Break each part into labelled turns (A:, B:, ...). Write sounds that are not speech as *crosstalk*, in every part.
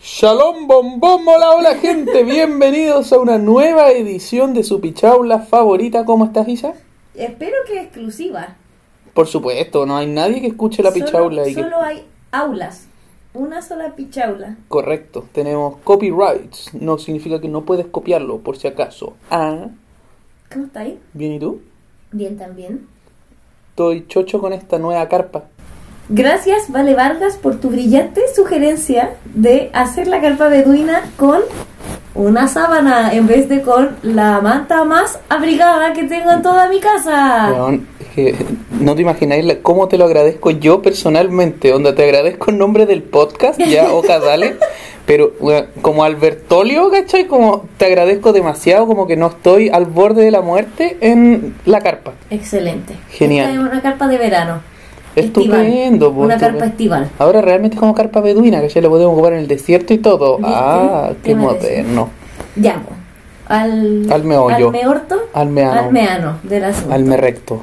A: Shalom, bombón, hola, hola gente, bienvenidos a una nueva edición de su pichaula favorita. ¿Cómo estás, Isa?
B: Espero que exclusiva.
A: Por supuesto, no hay nadie que escuche la
B: Solo-
A: pichaula.
B: Solo,
A: y que-
B: hay aulas. Una sola pichaula.
A: Correcto, tenemos copyrights, no significa que no puedes copiarlo, por si acaso. Ah,
B: ¿Cómo está ahí?
A: bien, ¿y tú?
B: Bien también.
A: Estoy chocho con esta nueva carpa.
B: Gracias, Vale Vargas, por tu brillante sugerencia de hacer la carpa beduina con una sábana en vez de con la manta más abrigada que tengo en toda mi casa.
A: Weón, es que no te imagináis la- cómo te lo agradezco yo personalmente. Onda, te agradezco en nombre del podcast, ya,
B: *laughs*
A: Oca, dale. Pero weón, como Albertolio, ¿cachai? Como te agradezco demasiado, como que no estoy al borde de la muerte en la carpa.
B: Excelente.
A: Genial.
B: Esta es una carpa de verano.
A: Estupendo,
B: Estival.
A: po,
B: Una
A: estupe-
B: carpa estival.
A: Ahora realmente es como carpa beduina, ¿cachai? Lo podemos ocupar en el desierto y todo.
B: ¿Viste?
A: Ah,
B: ¿Qué
A: qué
B: me parece?
A: moderno.
B: Ya, po. Al,
A: Al meollo.
B: Al meorto.
A: Al meano.
B: Al meano del asunto.
A: Alme recto.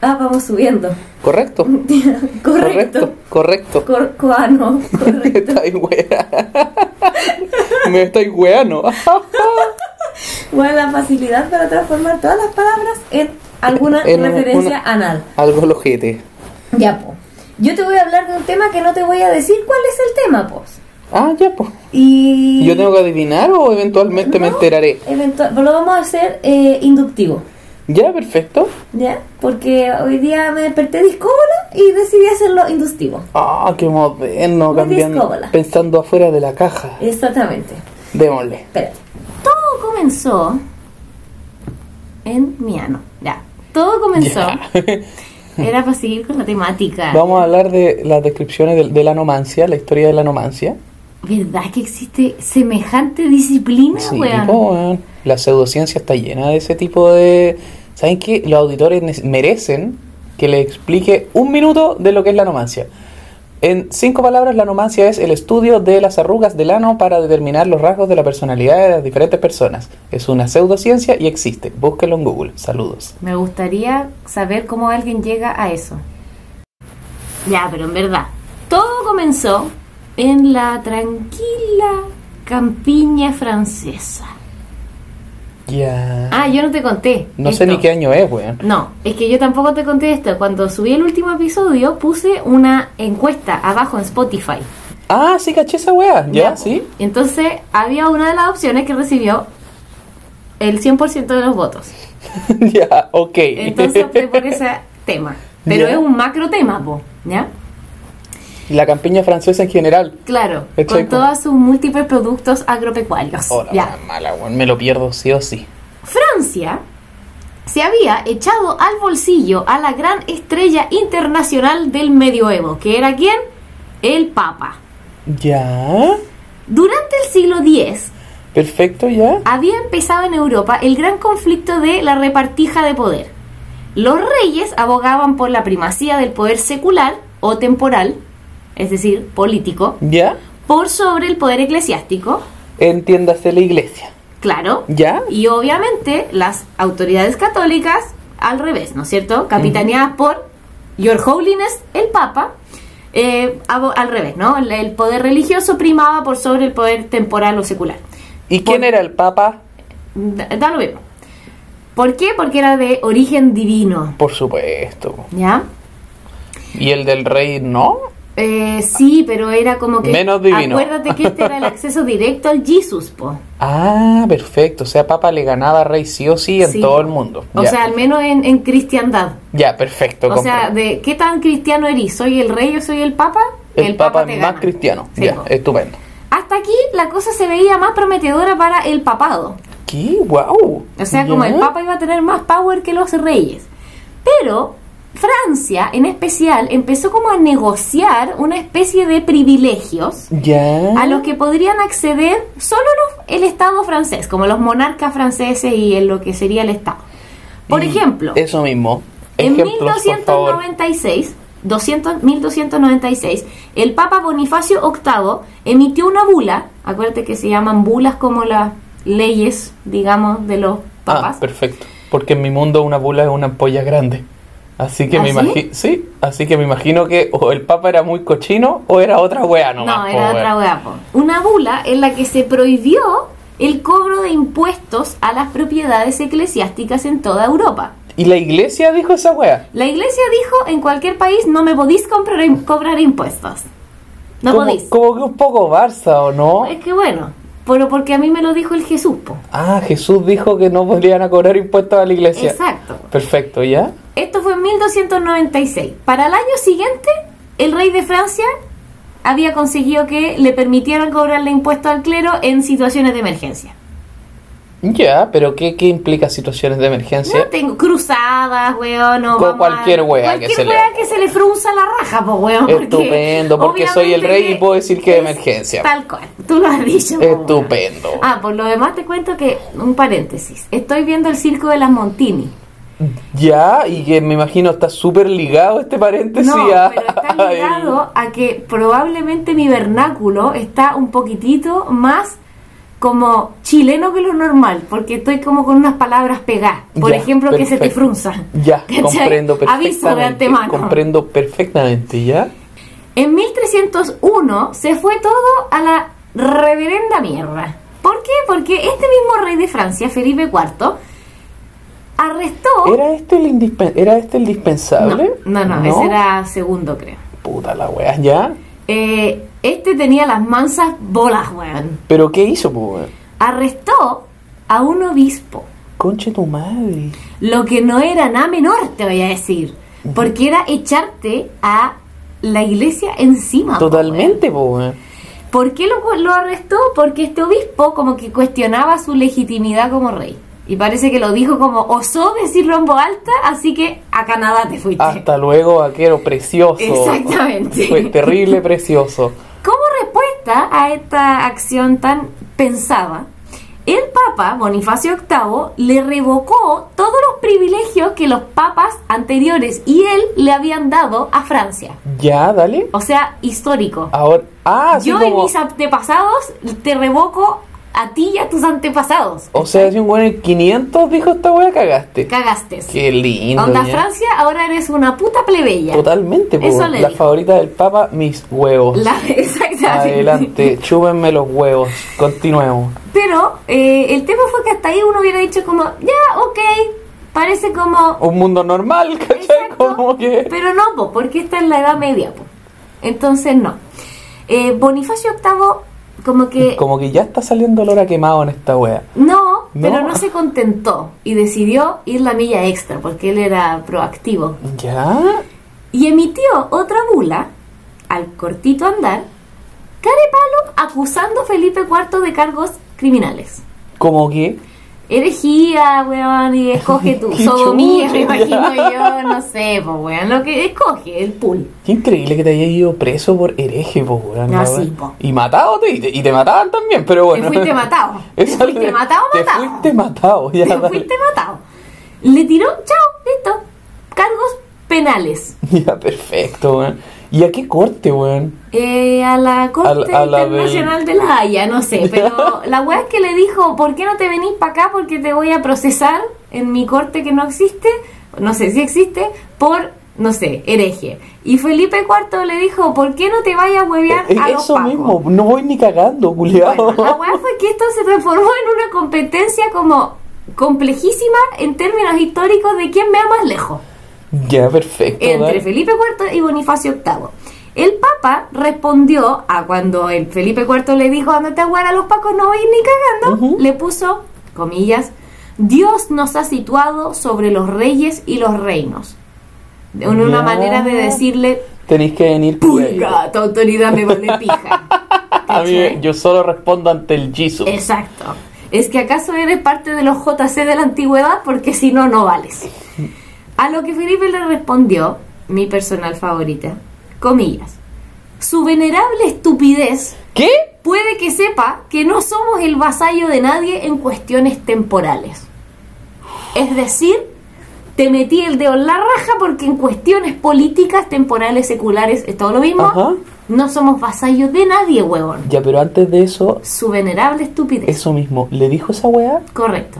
B: Ah, vamos subiendo. *laughs*
A: ¿Correcto?
B: Correcto.
A: Correcto.
B: Cor- coano,
A: *laughs* Me
B: correcto.
A: *laughs* estáis wea. *laughs* Me estáis *laughs* weano.
B: Bueno, la facilidad para transformar todas las palabras en alguna
A: En un-
B: referencia
A: una-
B: anal.
A: Algo lojete.
B: Ya, po. Yo te voy a hablar de un tema que no te voy a decir cuál es el tema, pues.
A: Ah, ya, pues.
B: Y...
A: ¿Yo tengo que adivinar o eventualmente me
B: No,
A: enteraré?
B: eventual- pero lo vamos a hacer eh, inductivo,
A: Ya, perfecto.
B: ¿ya? Porque hoy día me desperté discóbola y decidí hacerlo inductivo.
A: Ah, qué moderno,
B: Muy
A: cambiando,
B: discóbola.
A: pensando afuera de la caja.
B: Exactamente.
A: Démosle.
B: Espérate. Todo comenzó en Miano. Ya. Todo comenzó.
A: Ya. *laughs*
B: Era para seguir con la temática.
A: Vamos a hablar de las descripciones del- de, la anomancia, la historia de la anomancia.
B: ¿Verdad que existe semejante disciplina,
A: Sí,
B: weón?
A: po, weón. la pseudociencia está llena de ese tipo de... ¿Saben qué? Los auditores ne- merecen que les explique un minuto de lo que es la anomancia. En cinco palabras, la anomancia es el estudio de las arrugas del ano para determinar los rasgos de la personalidad de las diferentes personas. Es una pseudociencia y existe. Búsquelo en Google. Saludos.
B: Me gustaría saber cómo alguien llega a eso. Ya, pero en verdad, todo comenzó en la tranquila campiña francesa.
A: Ya.
B: Ah, yo no te conté.
A: no sé
B: esto.
A: ni qué año es, weón.
B: No, es que yo tampoco te conté esto. Cuando subí el último episodio puse una encuesta abajo en Spotify.
A: Ah, sí, caché esa weá. Ya,
B: po.
A: sí. *laughs*
B: Entonces había una de las opciones que recibió el 100% de los votos.
A: ya, ok.
B: Entonces opté por ese tema. Pero
A: Ya.
B: es un macro tema, po, ¿ya?
A: *laughs* La campiña francesa en general.
B: Claro,
A: Exacto.
B: con todos sus múltiples productos agropecuarios.
A: Hola,
B: ya.
A: Oh, mala, weón. Me lo pierdo sí o sí.
B: Francia se había echado al bolsillo a la gran estrella internacional del medioevo, que era quién? El Papa.
A: Ya.
B: Durante el siglo X
A: Perfecto, ya.
B: había empezado en Europa el gran conflicto de la repartija de poder. Los reyes abogaban por la primacía del poder secular o temporal, es decir, político,
A: Ya.
B: por sobre el poder eclesiástico,
A: Entiéndase la iglesia.
B: claro,
A: Ya.
B: y obviamente las autoridades católicas al revés, ¿no es cierto? Capitaneadas por Your Holiness, el Papa, eh, abo- al revés, ¿no? El- el poder religioso primaba por sobre el poder temporal o secular.
A: ¿Y quién
B: Por-
A: era el papa?
B: Da, da lo mismo. ¿Por qué? Porque era de origen divino,
A: Por supuesto.
B: ¿ya?
A: ¿Y el del rey no?
B: Eh, sí, pero era como que...
A: Menos divino.
B: Acuérdate que este era el acceso directo al Jesus, po.
A: Ah, perfecto. O sea, papa le ganaba a rey sí o sí en
B: Sí.
A: todo el mundo.
B: O
A: ya.
B: sea, al menos en, en cristiandad.
A: ya, perfecto.
B: O sea,
A: comprendo.
B: de ¿qué tan cristiano eres? ¿Soy el rey o soy el papa?
A: el, papa,
B: te
A: es
B: gana.
A: más cristiano.
B: Sí,
A: ya, eh.
B: po.
A: estupendo.
B: Hasta aquí la cosa se veía más prometedora para el papado.
A: ¿Qué? ¡Wow!
B: O sea, como el
A: Ya.
B: Papa iba a tener más power que los reyes. Pero Francia, en especial, empezó como a negociar una especie de privilegios
A: Ya.
B: a los que podrían acceder solo los- el Estado francés, como los monarcas franceses y en lo que sería el Estado. Por
A: Y
B: ejemplo,
A: Eso mismo.
B: en
A: Ejemplos, por favor.
B: 1296, 200, 1296, el Papa Bonifacio VIII emitió una bula, acuérdate que se llaman bulas como las leyes, digamos, de los
A: Ah,
B: papas.
A: perfecto. Porque en mi mundo una bula es una ampolla grande. Así que, me
B: ¿Ah, sí?
A: imagi- sí, así que me imagino que o el Papa era muy cochino o era otra wea nomás.
B: no,
A: po,
B: era
A: weón.
B: otra weá, po. Una bula en la que se prohibió el cobro de impuestos a las propiedades eclesiásticas en toda Europa.
A: Y la iglesia dijo esa wea.
B: La iglesia dijo, en cualquier país no me podís comprar- cobrar impuestos. No
A: como,
B: podís.
A: como que un poco Barça, ¿o no?
B: Es que bueno, pero porque a mí me lo dijo el Jesús, po.
A: Ah, Jesús dijo que no podrían a cobrar impuestos a la iglesia.
B: Exacto.
A: Perfecto, ¿ya?
B: Esto fue en 1296. Para el año siguiente, el rey de Francia había conseguido que le permitieran cobrarle impuestos al clero en situaciones de emergencia.
A: Ya, pero ¿qué, qué implica situaciones de emergencia?
B: No tengo cruzadas, weón, o
A: Con
B: vamos a-
A: cualquier wea
B: cualquier
A: que se le-
B: wea que se le frunza la raja, po, weón. porque
A: Estupendo, porque soy el
B: obviamente
A: rey y
B: que
A: puedo decir que
B: es
A: emergencia.
B: Tal cual, tú lo has dicho. po, weón.
A: Estupendo.
B: Ah, por lo demás te cuento que, un paréntesis, estoy viendo el circo de las Montini.
A: Ya, y que me imagino está súper ligado este paréntesis
B: No,
A: *laughs* a...
B: pero está ligado a que probablemente mi vernáculo está un poquitito más como chileno que lo normal, porque estoy como con unas palabras pegadas. Por
A: Ya,
B: ejemplo, que se te
A: perfecto.
B: frunzan.
A: Ya,
B: *laughs* ¿Cachai?
A: comprendo
B: Aviso de
A: perfectamente.
B: antemano.
A: Comprendo perfectamente, ¿ya?
B: En 1301 se fue todo a la reverenda mierda. ¿Por qué? Porque este mismo rey de Francia, Felipe IV, arrestó...
A: ¿Era este el, indispen- ¿era este el dispensable?
B: Oh. No, no, no, ese era segundo, creo.
A: Puta la wea, ¿ya?
B: Eh, este tenía las mansas bolas, weón.
A: ¿Pero qué hizo, po, weón?
B: Arrestó a un obispo,
A: Conche tu madre.
B: lo que no era nada menor, te voy a decir, porque era echarte a la iglesia encima. Ah, po,
A: Totalmente, po, weón.
B: weón. ¿Por qué lo, lo arrestó? Porque este obispo como que cuestionaba su legitimidad como rey. Y parece que lo dijo como osó decirlo en voz alta, así que a Canadá te fuiste.
A: Hasta luego, vaquero, precioso.
B: Exactamente.
A: Fue terrible, precioso.
B: Como respuesta a esta acción tan pensada, el Papa Bonifacio VIII le revocó todos los privilegios que los papas anteriores y él le habían dado a Francia.
A: Ya, dale.
B: O sea, histórico.
A: Ahora. Ah, así
B: Yo y
A: como.
B: mis antepasados te revoco a ti y a tus antepasados.
A: O sea, si un weón en 500 dijo esta wea, cagaste.
B: Cagaste.
A: Oh, Qué lindo.
B: Onda
A: ya.
B: Francia, ahora eres una puta plebeya.
A: Totalmente, po,
B: Eso
A: weón.
B: le
A: La
B: dijo.
A: favorita del Papa, mis huevos.
B: La- *laughs* exactamente.
A: Adelante, chúpenme los huevos. Continuemos.
B: Pero eh, el tema fue que hasta ahí uno hubiera dicho como, ya, ok, parece como...
A: Un mundo normal, ¿cachai?
B: Exacto,
A: Como que.
B: Pero no, po, porque esta es la edad media. po. Entonces no. Eh, Bonifacio VIII como que...
A: Como que ya está saliendo el hora quemado en esta wea.
B: No, pero
A: No.
B: no se contentó y decidió ir la milla extra porque él era proactivo.
A: ¿Ya?
B: Y emitió otra bula al cortito andar, carepalo acusando a Felipe IV de cargos criminales.
A: Como que.
B: Herejía, weón, y
A: *laughs*
B: escoge tu
A: Qué
B: sodomía, me
A: chucha.
B: imagino yo, no sé, pues weón, lo que escoge, el pool.
A: Qué increíble que te hayas ido preso por hereje, po, weón.
B: No,
A: la
B: Ah, sí,
A: weá.
B: po.
A: Y matado te, y te, y te mataban también, pero bueno.
B: Te fuiste matado.
A: *laughs*
B: Te
A: Esa
B: fuiste
A: le-
B: matado,
A: Te
B: matado.
A: fuiste matado, ya.
B: Te
A: dale.
B: fuiste matado. Le tiró, chao, listo. Cargos penales.
A: *laughs* Ya, perfecto, weón. ¿Y a qué corte, weón?
B: Eh, a la Corte
A: A la- a la del-
B: Internacional de la Haya, no
A: *laughs*
B: sé, pero la weá es que le dijo, ¿por qué no te venís para acá? Porque te voy a procesar en mi corte que no existe, no sé si existe, por, no sé, hereje. Y Felipe IV le dijo, ¿por qué no te vayas a huevear
A: Eh,
B: a los
A: Eso
B: pacos?"
A: mismo, no voy ni cagando, *laughs* culiado.
B: Bueno, la weá fue que esto se transformó en una competencia como complejísima en términos históricos de quién vea más lejos
A: ya, perfecto.
B: entre
A: dale.
B: Felipe IV y Bonifacio VIII. El Papa respondió a cuando el Felipe IV le dijo, anda te a los pacos, no voy ni cagando,
A: Ujú.
B: le puso, comillas, Dios nos ha situado sobre los reyes y los reinos. De una, una
A: Ya.
B: manera de decirle,
A: Tenéis que venir culiao.
B: pulga, tu autoridad me vale pija.
A: *laughs* A mí,
B: ¿Cachai?
A: yo solo respondo ante el Jesus.
B: Exacto. Es que acaso eres parte de los JC de la antigüedad porque si no, no vales. A lo que Felipe le respondió, mi personal favorita, comillas, su venerable estupidez
A: ¿Qué?
B: puede que sepa que no somos el vasallo de nadie en cuestiones temporales. Es decir, te metí el dedo en la raja porque en cuestiones políticas, temporales, seculares, es todo lo mismo,
A: Ajá.
B: no somos vasallos de nadie, huevón.
A: Ya, pero antes de eso,
B: Su venerable estupidez.
A: eso mismo, ¿le dijo esa weá?
B: Correcto.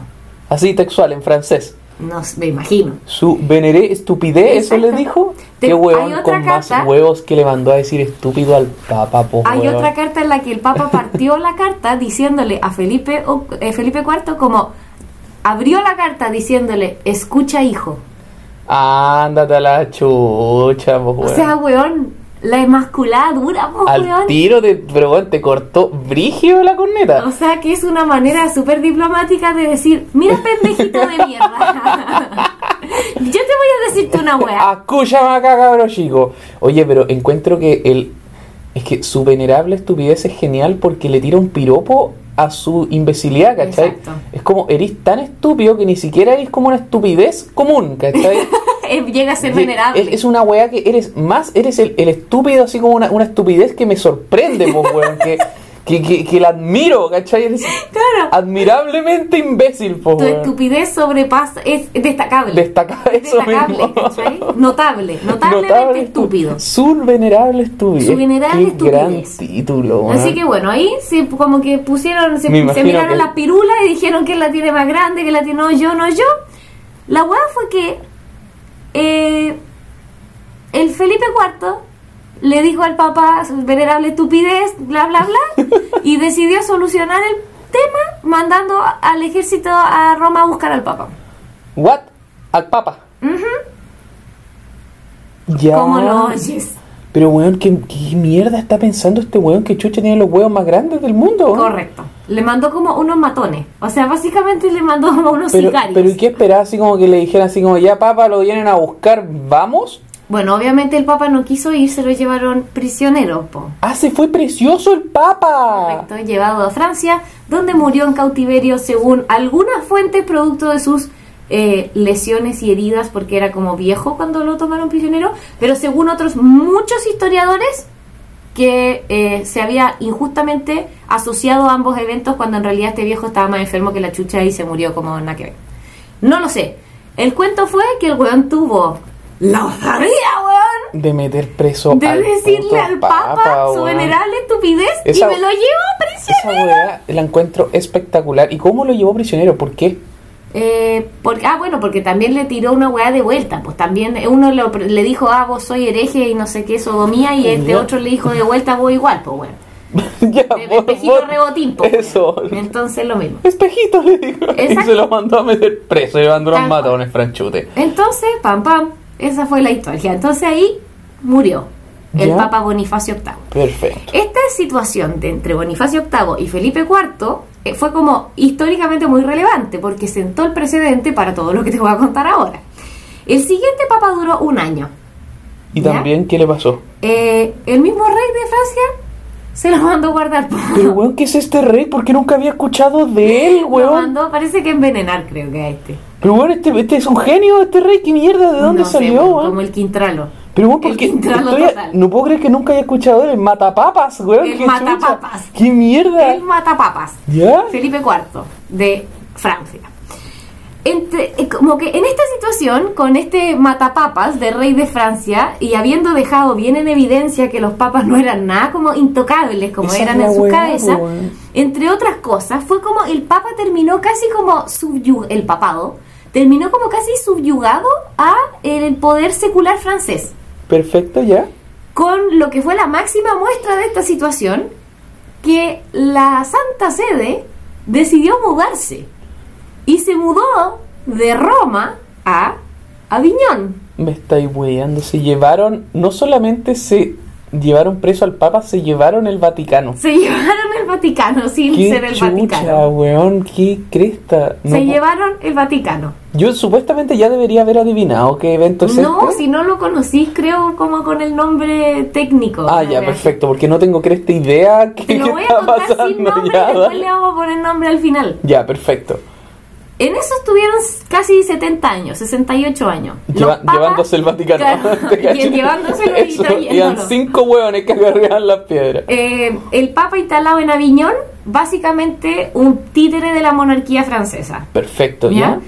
A: Así textual, en francés.
B: No, me imagino.
A: Su veneré estupidez, eso le
B: Exacto.
A: dijo.
B: Te-
A: Qué
B: hay
A: huevón
B: otra
A: con más
B: carta.
A: huevos que le mandó a decir estúpido al papa, po,
B: Hay
A: huevón.
B: otra carta en la que el Papa partió la carta diciéndole a Felipe, o- eh, Felipe IV como abrió la carta diciéndole, escucha hijo.
A: Ándate a la chucha, po,
B: O
A: huevón.
B: sea, weón, la emasculada dura, po,
A: Al
B: weón.
A: tiro de, pero bueno, te cortó brígido la corneta.
B: O sea, que es una manera súper diplomática de decir, mira pendejito de mierda. *laughs* Yo te voy a decirte una
A: Ah.
B: weá.
A: Escúchame acá, cabrón chico. Oye, pero encuentro que el. Es que su venerable estupidez es genial porque le tira un piropo a su imbecilidad, ¿cachai?
B: Exacto.
A: Es como, eres tan estúpido que ni siquiera eres como una estupidez común, ¿cachai?
B: *laughs* Eh, Llega a *laughs* ser
A: Y-
B: venerable.
A: Es, es una weá que eres más, eres el, el estúpido, así como una, una estupidez que me sorprende, po, weón. que, que, que, que la admiro, ¿cachai?
B: *laughs*
A: Eres
B: Claro.
A: admirablemente imbécil, po,
B: Tu
A: Ah, weón.
B: estupidez sobrepasa, es destacable.
A: Destaca
B: Es
A: eso
B: destacable,
A: mismo.
B: ¿cachai?
A: *laughs*
B: Notable, notablemente
A: Notable
B: estúpido.
A: estu- Sur venerable estúpido.
B: Su venerable
A: Qué
B: estupidez.
A: gran título, weón.
B: Así que bueno, ahí se, como que pusieron, se,
A: Me
B: se
A: imagino
B: miraron
A: que-
B: la pirula y dijeron que la tiene más grande, que la tiene no yo, no yo. La hueá fue que eh, el Felipe IV le dijo al Papa su venerable estupidez, bla, bla, bla,
A: *laughs*
B: y decidió solucionar el tema mandando al ejército a Roma a buscar al Papa.
A: What? Al papa. Ya.
B: ¿Cómo lo oyes?
A: Pero weón, ¿qué, qué mierda está pensando este weón que chucha tiene los huevos más grandes del mundo?
B: Correcto. Le mandó como unos matones. O sea, básicamente le mandó *laughs* como unos
A: Pero,
B: sicarios.
A: pero ¿y qué esperaba? Así como que le dijeran así como, ya papa, lo vienen a buscar, vamos.
B: Bueno, obviamente el Papa no quiso ir, se lo llevaron prisionero, po.
A: Ah, se fue precioso el papa.
B: Correcto, llevado a Francia, donde murió en cautiverio según algunas fuentes producto de sus eh, lesiones y heridas, porque era como viejo cuando lo tomaron prisionero, pero según otros muchos historiadores que eh, se había injustamente asociado a ambos eventos cuando en realidad este viejo estaba más enfermo que la chucha y se murió como nada que ver. No lo sé. El cuento fue que el weón tuvo la osadía, weón,
A: De meter preso
B: de
A: al
B: decirle
A: puto
B: al Papa, su
A: weón.
B: venerable estupidez
A: Esa-
B: y me lo llevó
A: Esa
B: prisionero.
A: weá la encuentro espectacular. ¿Y cómo lo llevó prisionero? ¿Por qué? *laughs*
B: Eh, porque, ah, bueno, porque también le tiró una weá de vuelta. Pues también uno lo- le dijo, ah, vos soy hereje y no sé qué, sodomía. Y este
A: Ya.
B: otro le dijo de vuelta, vos igual, pues bueno.
A: ya,
B: Eh,
A: *laughs* vos-
B: Espejito
A: vos-
B: rebotín, pues.
A: Eso.
B: weón. Entonces lo mismo.
A: Espejito le digo. Y
B: Exacto.
A: se lo mandó a meter preso llevando los
B: Tal cual.
A: matones, franchute.
B: Entonces, pam, pam, esa fue la historia. Entonces ahí murió el
A: Ya.
B: Papa Bonifacio VIII.
A: Perfecto.
B: Esta situación de entre Bonifacio VIII y Felipe IV eh, fue como históricamente muy relevante porque sentó el precedente para todo lo que te voy a contar ahora. El siguiente papa duró un año.
A: ¿Y
B: ¿Ya?
A: también qué le pasó?
B: Eh, el mismo rey de Francia se lo mandó guardar. po.
A: Pero weón, ¿qué es este rey? Porque nunca había escuchado de
B: *laughs*
A: él,
B: Lo
A: weón.
B: mandó, parece que envenenar creo que a este.
A: Pero weón, este, este es un genio, este rey, ¿qué mierda? ¿De dónde
B: No sé,
A: salió,
B: bueno,
A: weón?
B: Como el Quintralo.
A: Pero weón,
B: el
A: porque
B: Quintralo
A: estoy a-
B: total.
A: no puedo creer que nunca haya escuchado del matapapas, weón.
B: El
A: qué chucha.
B: matapapas.
A: ¿Qué mierda?
B: El matapapas.
A: ¿Ya?
B: Felipe IV de Francia. Entre- eh, como que en esta situación, con este matapapas de rey de Francia, y habiendo dejado bien en evidencia que los papas no eran nada como intocables como
A: Esa es
B: eran
A: la
B: en sus
A: weá,
B: cabezas,
A: weón.
B: entre otras cosas, fue como el papa terminó casi como subyugado, el papado, terminó como casi subyugado a el poder secular francés
A: Perfecto, ya.
B: con lo que fue la máxima muestra de esta situación, que la Santa Sede decidió mudarse y se mudó de Roma a Aviñón.
A: Me estáis weyando. Se llevaron, no solamente se llevaron preso al Papa, se llevaron el Vaticano.
B: Se *laughs* llevaron el Vaticano sin
A: ¿Qué
B: ser el
A: chucha,
B: Vaticano.
A: weón? ¿Qué cresta? No,
B: Se llevaron el Vaticano.
A: Yo supuestamente ya debería haber adivinado qué evento es
B: no,
A: este.
B: si no lo conocís, creo como con el nombre técnico.
A: Ah,
B: Una
A: ya,
B: wea así.
A: perfecto, *laughs* porque no tengo cresta idea qué,
B: Te lo
A: qué
B: voy a
A: está
B: contar sin
A: pasando.
B: nombre
A: ya,
B: y después
A: dale.
B: le vamos a poner nombre al final.
A: Ya, perfecto.
B: En eso estuvieron casi 70 años, 68 años. Los
A: Lleva-
B: papas-
A: Llevándose el Vaticano.
B: Claro,
A: *laughs* ¿Te
B: lle-
A: cachai?
B: llevándoselo y
A: Eso, Iban
B: trayéndolo.
A: cinco hueones que agarraban las piedras.
B: Eh, el Papa instalado en Aviñón, básicamente un títere de la monarquía francesa.
A: Perfecto,
B: ¿ya?
A: ¿ya?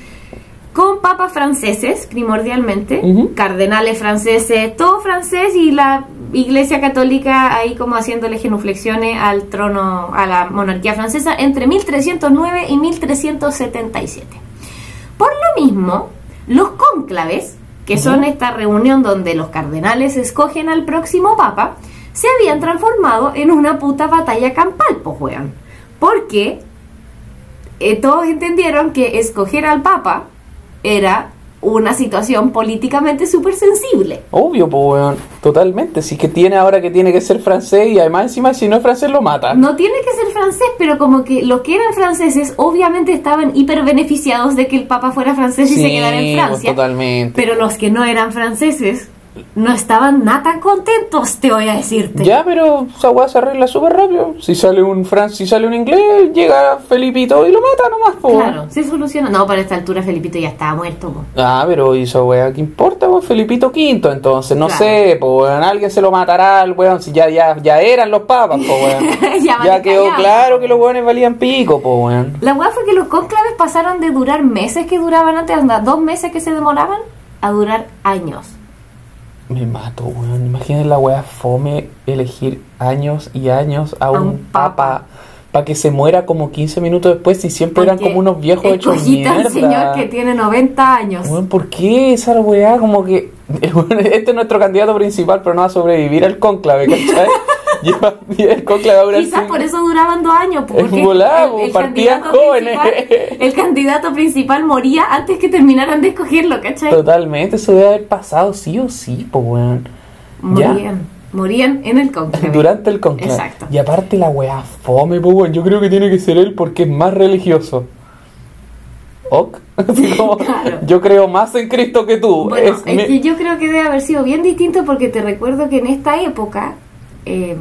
B: Con papas franceses, primordialmente,
A: Ujú.
B: cardenales franceses, todo francés y la Iglesia Católica ahí como haciéndole genuflexiones al trono, a la monarquía francesa entre 1309 y 1377. Por lo mismo, Los cónclaves, que
A: Ujú.
B: son esta reunión donde los cardenales escogen al próximo papa, se habían transformado en una puta batalla campal, pues weón. Porque eh, todos entendieron que escoger al papa era una situación políticamente súper sensible.
A: Obvio, pues, weón. Totalmente. Si que tiene ahora que tiene que ser francés y además encima si no es francés lo mata.
B: No tiene que ser francés, pero como que los que eran franceses obviamente estaban hiper beneficiados de que el Papa fuera francés y se quedara en
A: pues,
B: Francia.
A: totalmente.
B: Pero los que no eran franceses no estaban nada tan contentos, te voy a decirte.
A: Ya, pero esa weá se arregla súper rápido. Si sale un fran si sale un inglés, llega Felipito y lo mata nomás, po.
B: Claro, se soluciona. No, para esta altura Felipito ya estaba muerto. po.
A: Ah, pero ¿y esa weá qué importa, pues Felipito V, entonces, no
B: Claro.
A: sé, pues weón, alguien se lo matará al weón, si ya, ya, ya eran los papas, pues weón.
B: *laughs* Ya vale
A: quedó
B: callado.
A: claro que los weones valían pico, pues weón.
B: La hueá fue que los cónclaves pasaron de durar meses que duraban antes, anda, dos meses que se demoraban, a durar años.
A: Me mato, weón. Imaginen la weá fome elegir años y años a,
B: A
A: un,
B: un
A: papa.
B: papa.
A: Para que se muera como 15 minutos después, si siempre eran
B: Porque
A: como unos viejos hechos
B: escogiste al
A: mierda.
B: señor que tiene 90 años.
A: Weón, ¿por qué esa weá? Como que. *laughs* Este es nuestro candidato principal, pero no va a sobrevivir al cónclave,
B: *laughs*
A: ¿cachai? Lleva- el cónclave ahora
B: Quizás por eso duraban dos años,
A: Es
B: porque
A: volado, partían
B: candidato
A: jóvenes.
B: principal- el candidato principal moría antes que terminaran de escogerlo, ¿cachai?
A: Totalmente, eso debe haber pasado sí o sí, po weón. Ya.
B: Morían, morían en el cónclave.
A: Durante el conclave.
B: Exacto.
A: Y aparte la weá fome, po weón. Yo creo que tiene que ser él porque es más religioso. Ok. *laughs* Así como,
B: Claro.
A: Yo creo más en Cristo que tú.
B: Bueno,
A: Es
B: es,
A: mi-
B: que yo creo que debe haber sido bien distinto porque te recuerdo que en esta época eh,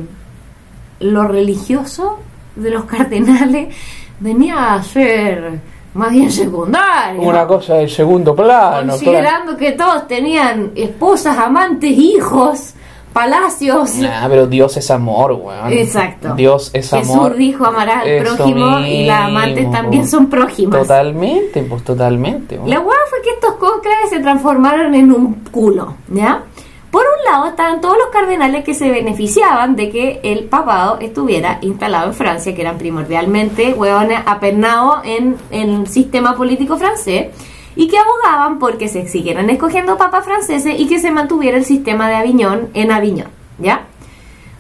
B: lo religioso de los *laughs* cardenales venía a ser más bien secundario.
A: Una cosa de segundo plano. claro.
B: considerando que todos tenían esposas, amantes, hijos, palacios.
A: Nah, pero Dios es amor, weón.
B: Exacto.
A: Dios es amor.
B: Jesús dijo amar al
A: Eso
B: prójimo y las amantes
A: mismo,
B: también
A: po.
B: son prójimas.
A: Totalmente, pues totalmente. weón.
B: La hueá fue que estos cónclaves se transformaron en un culo, ¿ya? Por un lado estaban todos los cardenales que se beneficiaban de que el papado estuviera instalado en Francia, que eran primordialmente hueones apernados en, en el sistema político francés, y que abogaban porque se siguieran escogiendo papas franceses y que se mantuviera el sistema de Aviñón en Aviñón, ¿ya?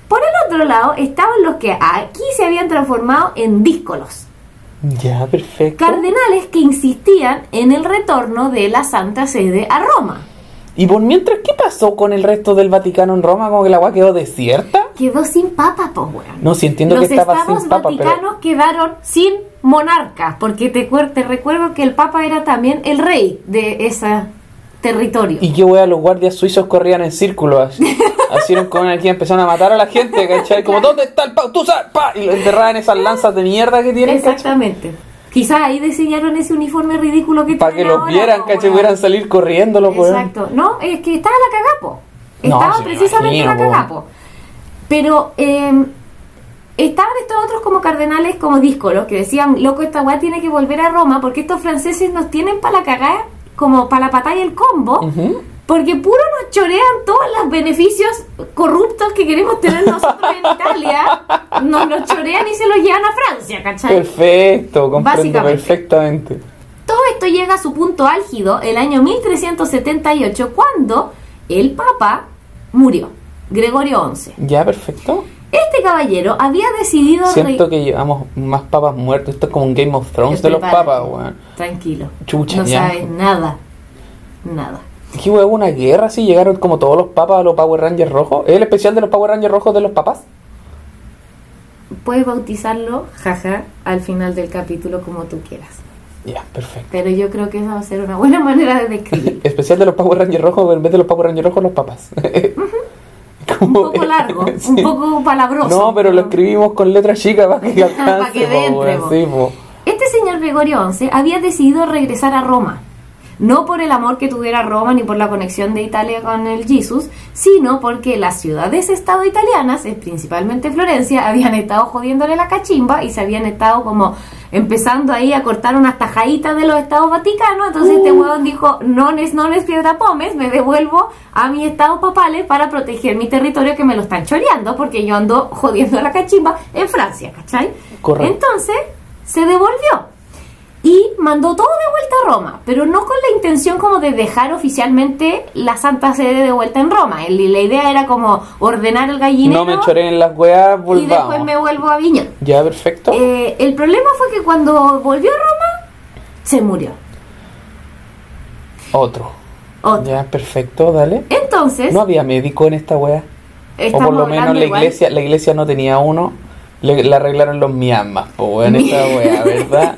B: Por el otro lado estaban los que aquí se habían transformado en díscolos,
A: Ya, perfecto.
B: cardenales que insistían en el retorno de la Santa Sede a Roma.
A: Y por mientras, ¿qué pasó con el resto del Vaticano en Roma? Como que la agua quedó desierta.
B: Quedó sin papa, pues, weón.
A: No, sí entiendo
B: Los
A: que estaba
B: estados
A: sin papa, pero.
B: vaticanos quedaron sin monarca, porque te, cuer- te recuerdo que el papa era también el rey de ese territorio.
A: Y qué wea, los guardias suizos corrían en círculo
B: *laughs*
A: así. Así eran como aquí empezaron a matar a la gente, ¿cachai? Como, ¿dónde está el pa? ¡Tú sabes! ¡Pa! Y lo enterraban en esas lanzas de mierda que tienen, ¿cachai?
B: Ah, Exactamente. Quizás ahí diseñaron ese uniforme ridículo que
A: Para que
B: tienen
A: los
B: ahora,
A: vieran,
B: po,
A: ¿cachai?
B: weón.
A: Pudieran salir corriendo los weones.
B: Exacto. No, es que estaba la cagapo.
A: No,
B: Estaba
A: sí, me
B: precisamente
A: imagino,
B: la
A: po.
B: cagapo. Pero eh, estaban estos otros como cardenales, como díscolos, que decían, loco, esta weá tiene que volver a Roma porque estos franceses nos tienen para la cagada, como para la patada y el combo.
A: Ujú.
B: Porque puro nos chorean todos los beneficios corruptos que queremos tener nosotros
A: *laughs*
B: en Italia. Nos los chorean y se los llevan a Francia, ¿cachai?
A: Perfecto, comprendo
B: Básicamente.
A: perfectamente.
B: Todo esto llega a su punto álgido el año 1378 cuando el Papa murió, Gregorio XI.
A: Ya, perfecto.
B: Este caballero había decidido...
A: Siento
B: re-
A: que llevamos más papas muertos. Esto es como un Game of Thrones de los
B: Prepárate,
A: papas, weón.
B: Tranquilo.
A: Chucha,
B: no
A: ya.
B: sabes nada. Nada.
A: ¿Qué hubo una guerra así? ¿Llegaron como todos los papas a los Power Rangers rojos? ¿Es el especial de los Power Rangers rojos de los papas?
B: Puedes bautizarlo, jaja, al final del capítulo como tú quieras.
A: Ya, perfecto.
B: Pero yo creo que esa va a ser una buena *laughs* manera de describirlo.
A: Especial de los Power Rangers rojos, pero en vez de los Power Rangers rojos, los papas. *laughs*
B: Un poco largo, un poco palabroso.
A: No, pero lo escribimos con letras chicas para
B: *laughs*
A: que alcance.
B: Para que
A: po,
B: entre,
A: weón.
B: po.
A: Sí, po.
B: Este señor Gregorio XI había decidido regresar a Roma, no por el amor que tuviera Roma ni por la conexión de Italia con el Jesus, sino porque las ciudades-estado italianas, eh, principalmente Florencia, habían estado jodiéndole la cachimba y se habían estado como empezando ahí a cortar unas tajaditas de los estados vaticanos. Entonces este huevón dijo, nones, nones, piedra pomes, me devuelvo a mi estado papales para proteger mi territorio que me lo están choreando porque yo ando jodiendo la cachimba en Francia, ¿cachai?
A: Correcto.
B: Entonces se devolvió. y mandó todo de vuelta a Roma, pero no con la intención como de dejar oficialmente la Santa Sede de vuelta en Roma. El- la idea era como ordenar el
A: No
B: gallinero
A: me choré en las weas,
B: y después
A: volvamos.
B: me vuelvo a Viña.
A: Ya, perfecto.
B: Eh, el problema fue que cuando volvió a Roma, se murió.
A: Otro.
B: Otro.
A: Ya, perfecto, dale.
B: Entonces,
A: No había médico en esta wea. O
B: estamos
A: por lo menos
B: hablando
A: la
B: igual-
A: iglesia, la iglesia no tenía uno. Le, la arreglaron los miamas, po, weón,
B: *laughs*
A: esta wea, ¿verdad?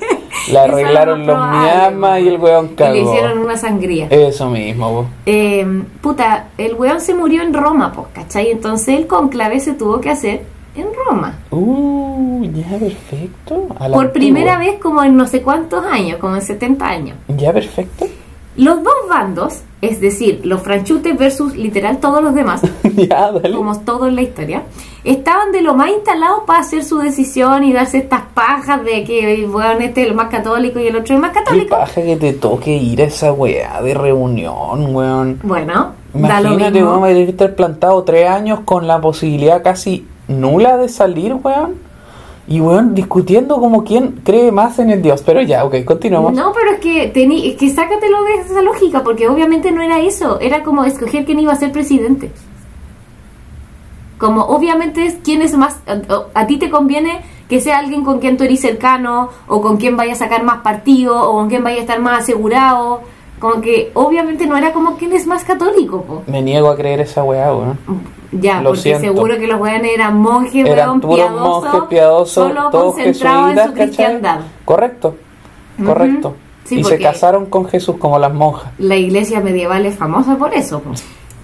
A: La
B: Eso
A: arreglaron
B: era
A: los
B: lo probable,
A: miamas y el weón
B: Y le
A: cagó.
B: hicieron una sangría.
A: Eso mismo, po.
B: Eh, puta, el weón se murió en Roma, pues, ¿cachai? Entonces el conclave se tuvo que hacer en Roma.
A: Uh, ya, perfecto. A la
B: Por
A: antigua.
B: primera vez como en no sé cuántos años, como en 70 años.
A: Ya, perfecto. *laughs*
B: Los dos bandos, es decir, los franchutes versus literal todos
A: *laughs*
B: los demás,
A: ya, dale.
B: como todo en la historia, estaban de lo más instalados para hacer su decisión y darse estas pajas de que, bueno, este es el más católico y el otro es el más
A: Qué
B: católico.
A: paja que te toque ir a esa weá de reunión, weón.
B: Bueno, da lo
A: Imagínate,
B: mismo.
A: weón, a estar plantado tres años con la posibilidad casi nula de salir, weón. Y, weón, discutiendo como quién cree más en el Dios. Pero ya, ok, continuamos.
B: No, pero es que, tení, es que sácatelo de esa lógica, porque obviamente no era eso. Era como escoger quién iba a ser presidente. Como obviamente es quién es más. A, a- a ti te conviene que sea alguien con quien tú eres cercano, o con quien vaya a sacar más partido, o con quien vaya a estar más asegurado. Como que obviamente no era como quién es más católico, po.
A: Me niego a creer esa weá, weón.
B: Ya,
A: Lo
B: porque
A: siento.
B: seguro que los weones eran monjes,
A: Eran
B: weón,
A: puros
B: piadosos,
A: monjes piadosos,
B: solo
A: todos
B: concentrados en
A: jesuitas,
B: su
A: ¿cachai?
B: cristiandad.
A: Correcto,
B: Ujú.
A: correcto.
B: Sí,
A: y se
B: porque-
A: casaron con Jesús como las monjas. *laughs*
B: La iglesia medieval es famosa por eso. po.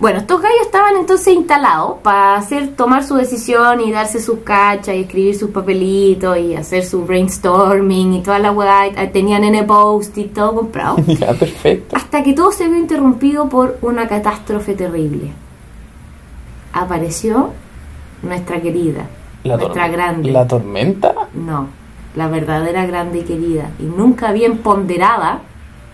B: Bueno, estos gallos estaban entonces instalados para hacer tomar su decisión y darse sus cachas y escribir sus papelitos y hacer su brainstorming y toda la weá. y- Tenían N post y
A: *laughs*
B: todo comprado.
A: ya, perfecto.
B: Hasta que todo se vio interrumpido por una catástrofe terrible. Apareció nuestra querida,
A: La, tor-
B: nuestra grande.
A: la tormenta.
B: No, la verdadera grande y querida y nunca bien ponderada.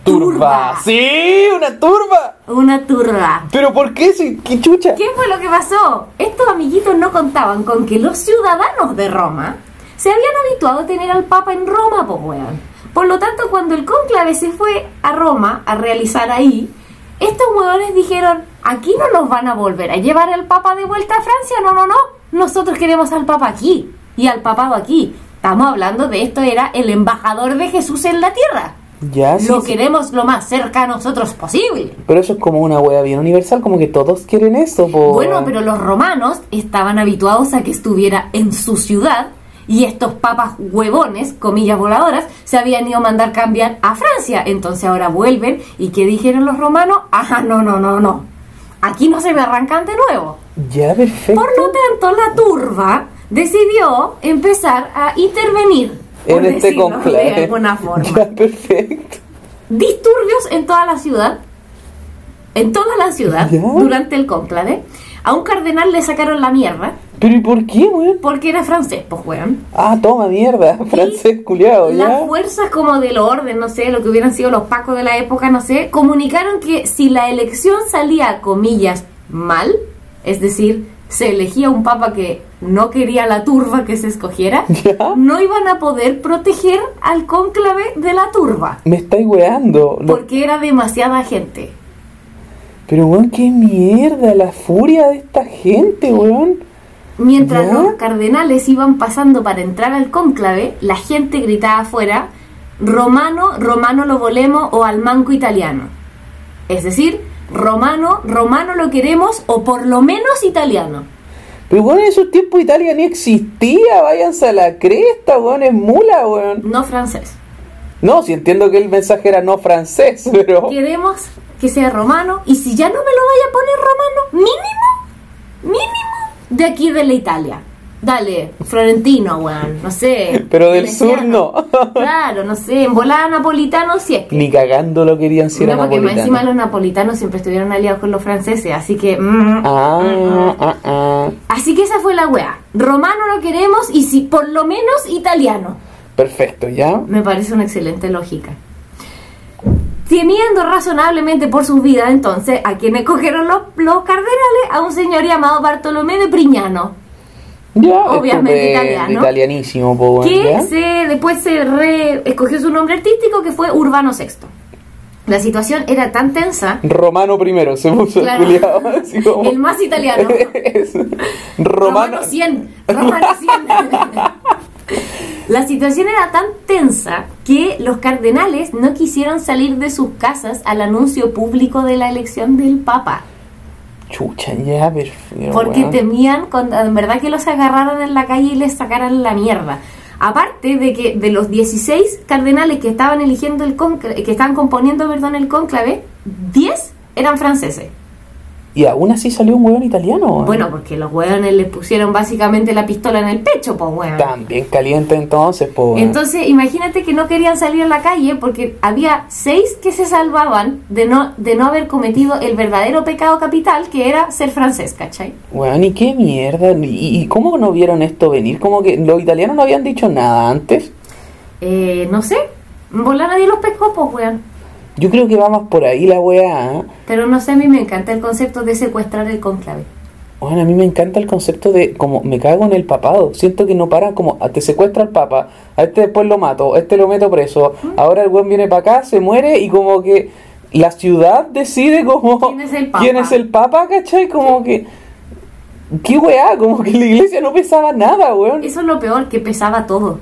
A: Turba. Sí, una turba.
B: Una turba.
A: Pero ¿por qué? Sí, ¿Qué chucha?
B: ¿Qué fue lo que pasó? Estos amiguitos no contaban con que los ciudadanos de Roma se habían habituado a tener al Papa en Roma, pues weón. Por lo tanto, cuando el cónclave se fue a Roma a realizar ahí, estos weones dijeron, aquí no nos van a volver a llevar al Papa de vuelta a Francia, no, no, no. Nosotros queremos al Papa aquí y al Papado aquí. Estamos hablando de esto, era el embajador de Jesús en la tierra.
A: Ya, sí,
B: Lo
A: sí.
B: queremos lo más cerca a nosotros posible.
A: Pero eso es como una wea bien universal, como que todos quieren eso, po.
B: Bueno, pero los romanos estaban habituados a que estuviera en su ciudad y estos papas huevones, comillas voladoras, se habían ido a mandar cambiar a Francia. Entonces ahora vuelven y ¿qué dijeron los romanos? *laughs* Ajá, no, no, no, no. Aquí no se me arrancan de nuevo.
A: Ya, perfecto.
B: Por lo tanto, la turba decidió empezar a intervenir. por
A: en este
B: decirlo
A: conclave.
B: De alguna forma
A: *laughs* Ya, perfecto.
B: disturbios en toda la ciudad, en toda la ciudad,
A: Ya.
B: durante el cónclave. A un cardenal le sacaron la mierda
A: Pero ¿y por qué, weón?
B: porque era francés, pues weón.
A: Ah, toma mierda, francés culiado,
B: Las
A: ya.
B: fuerzas como del orden, no sé, lo que hubieran sido los pacos de la época, no sé, comunicaron que si la elección salía, comillas, mal, es decir, se elegía un papa que no quería la turba que se escogiera,
A: *laughs* Ya.
B: no iban a poder proteger al cónclave de la turba,
A: Me estáis weando. Lo-
B: porque era demasiada gente.
A: Pero, weón, qué mierda, la furia de esta gente, weón.
B: Mientras
A: ¿Ya?
B: los cardenales iban pasando para entrar al cónclave, la gente gritaba afuera, romano, romano lo volemos o al manco italiano. Es decir, romano, romano lo queremos o por lo menos italiano.
A: Pero, weón, en esos tiempos Italia ni existía. Váyanse a la cresta, weón, es mula, weón.
B: No francés.
A: No, si entiendo que el mensaje era no francés, *laughs* pero.
B: Queremos que sea romano y si ya no me lo vaya a poner romano, mínimo, mínimo, de aquí de la Italia. Dale, florentino, weón, no sé.
A: *laughs* Pero del sur no.
B: *laughs* Claro, no sé, en volada napolitano si es que.
A: Ni cagando lo querían si era
B: no, porque más
A: napolitano.
B: encima los napolitanos siempre estuvieron aliados con los franceses, así que... mm,
A: Ah, ah, ah.
B: Así que esa fue la weá. Romano lo queremos y si por lo menos italiano.
A: Perfecto, ¿ya?
B: Me parece una excelente lógica. Temiendo razonablemente por sus vidas, entonces, a quienes cogieron los, los cardenales, a un señor llamado Bartolomé de Priñano.
A: Ya,
B: obviamente
A: estupendo,
B: italiano,
A: Italianísimo, po, weón,
B: que
A: ya.
B: se, después se re- escogió su nombre artístico que fue Urbano VI. La situación era tan tensa.
A: Romano primero se puso
B: Claro.
A: culiao, *laughs* así como-
B: El más italiano.
A: *laughs* Es- Romano.
B: 100. Romano 100. La situación era tan tensa que los cardenales no quisieron salir de sus casas al anuncio público de la elección del Papa.
A: Chucha, ya, perfecto.
B: Porque temían, con- en verdad, que los agarraran en la calle y les sacaran la mierda. Aparte de que de los 16 cardenales que estaban eligiendo el conclave, que estaban componiendo, perdón, el cónclave, 10 eran franceses.
A: Y aún así salió un weón italiano. weón.
B: Bueno, porque los hueones les pusieron básicamente la pistola en el pecho, pues hueón.
A: También caliente entonces, po. weón.
B: Entonces, imagínate que no querían salir a la calle porque había seis que se salvaban de no, de no haber cometido el verdadero pecado capital, que era ser francés, ¿cachai?
A: Weón, ¿y qué mierda? ¿Y, y cómo no vieron esto venir? Como que los italianos no habían dicho nada antes.
B: Eh, no sé, volar nadie los pescó, pues, weón.
A: Yo creo que va más por ahí la weá. ¿eh?
B: Pero no sé, a mí me encanta el concepto de secuestrar el conclave.
A: Bueno, a mí me encanta el concepto de como me cago en el papado. Siento que no para como a- te secuestra el papa, a este después lo mato, a este lo meto preso. Ahora el buen viene para acá, se muere y como que la ciudad decide como
B: *laughs* ¿Quién es el papa?
A: quién es el papa, ¿cachai? Como que qué weá, como que la iglesia no pensaba nada, weón.
B: Eso es lo peor, que pesaba todo.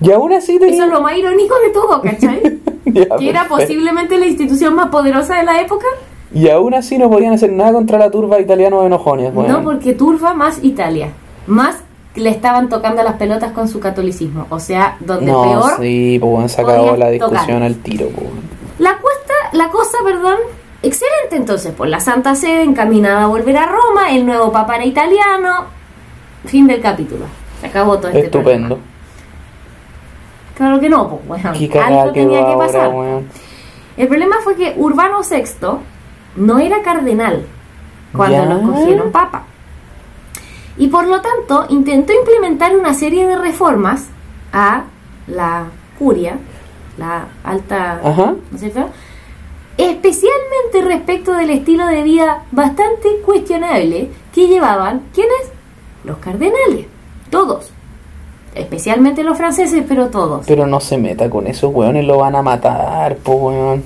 A: Y aún así
B: Eso
A: tenía
B: es lo más irónico de todo, ¿cachai?
A: *laughs* Ya,
B: Que era
A: Ah, perfecto.
B: posiblemente la institución más poderosa de la época.
A: Y aún así no podían hacer nada contra la turba italiana de enojones, weón.
B: No, porque turba más Italia. Más le estaban tocando las pelotas con su catolicismo. O sea, donde
A: No,
B: peor.
A: sí, pues weón, se acabó
B: podían
A: la discusión
B: tocar.
A: al tiro, pues. weón.
B: La cuesta, la cosa, perdón, excelente entonces, por la Santa Sede encaminada a volver a Roma, el nuevo papa era italiano. Fin del capítulo. Se acabó todo este
A: Estupendo.
B: problema. Claro que no, pues bueno,
A: Qué cagada
B: algo tenía
A: quedó
B: que
A: ahora,
B: pasar.
A: weón.
B: El problema fue que Urbano VI no era cardenal cuando
A: Ya.
B: lo escogieron papa. Y por lo tanto intentó implementar una serie de reformas a la curia, la alta,
A: Ajá.
B: ¿no es cierto? Especialmente respecto del estilo de vida bastante cuestionable que llevaban, ¿quiénes? Los cardenales, todos. Especialmente los franceses, pero todos.
A: Pero no se meta con esos weones, lo van a matar, po weón.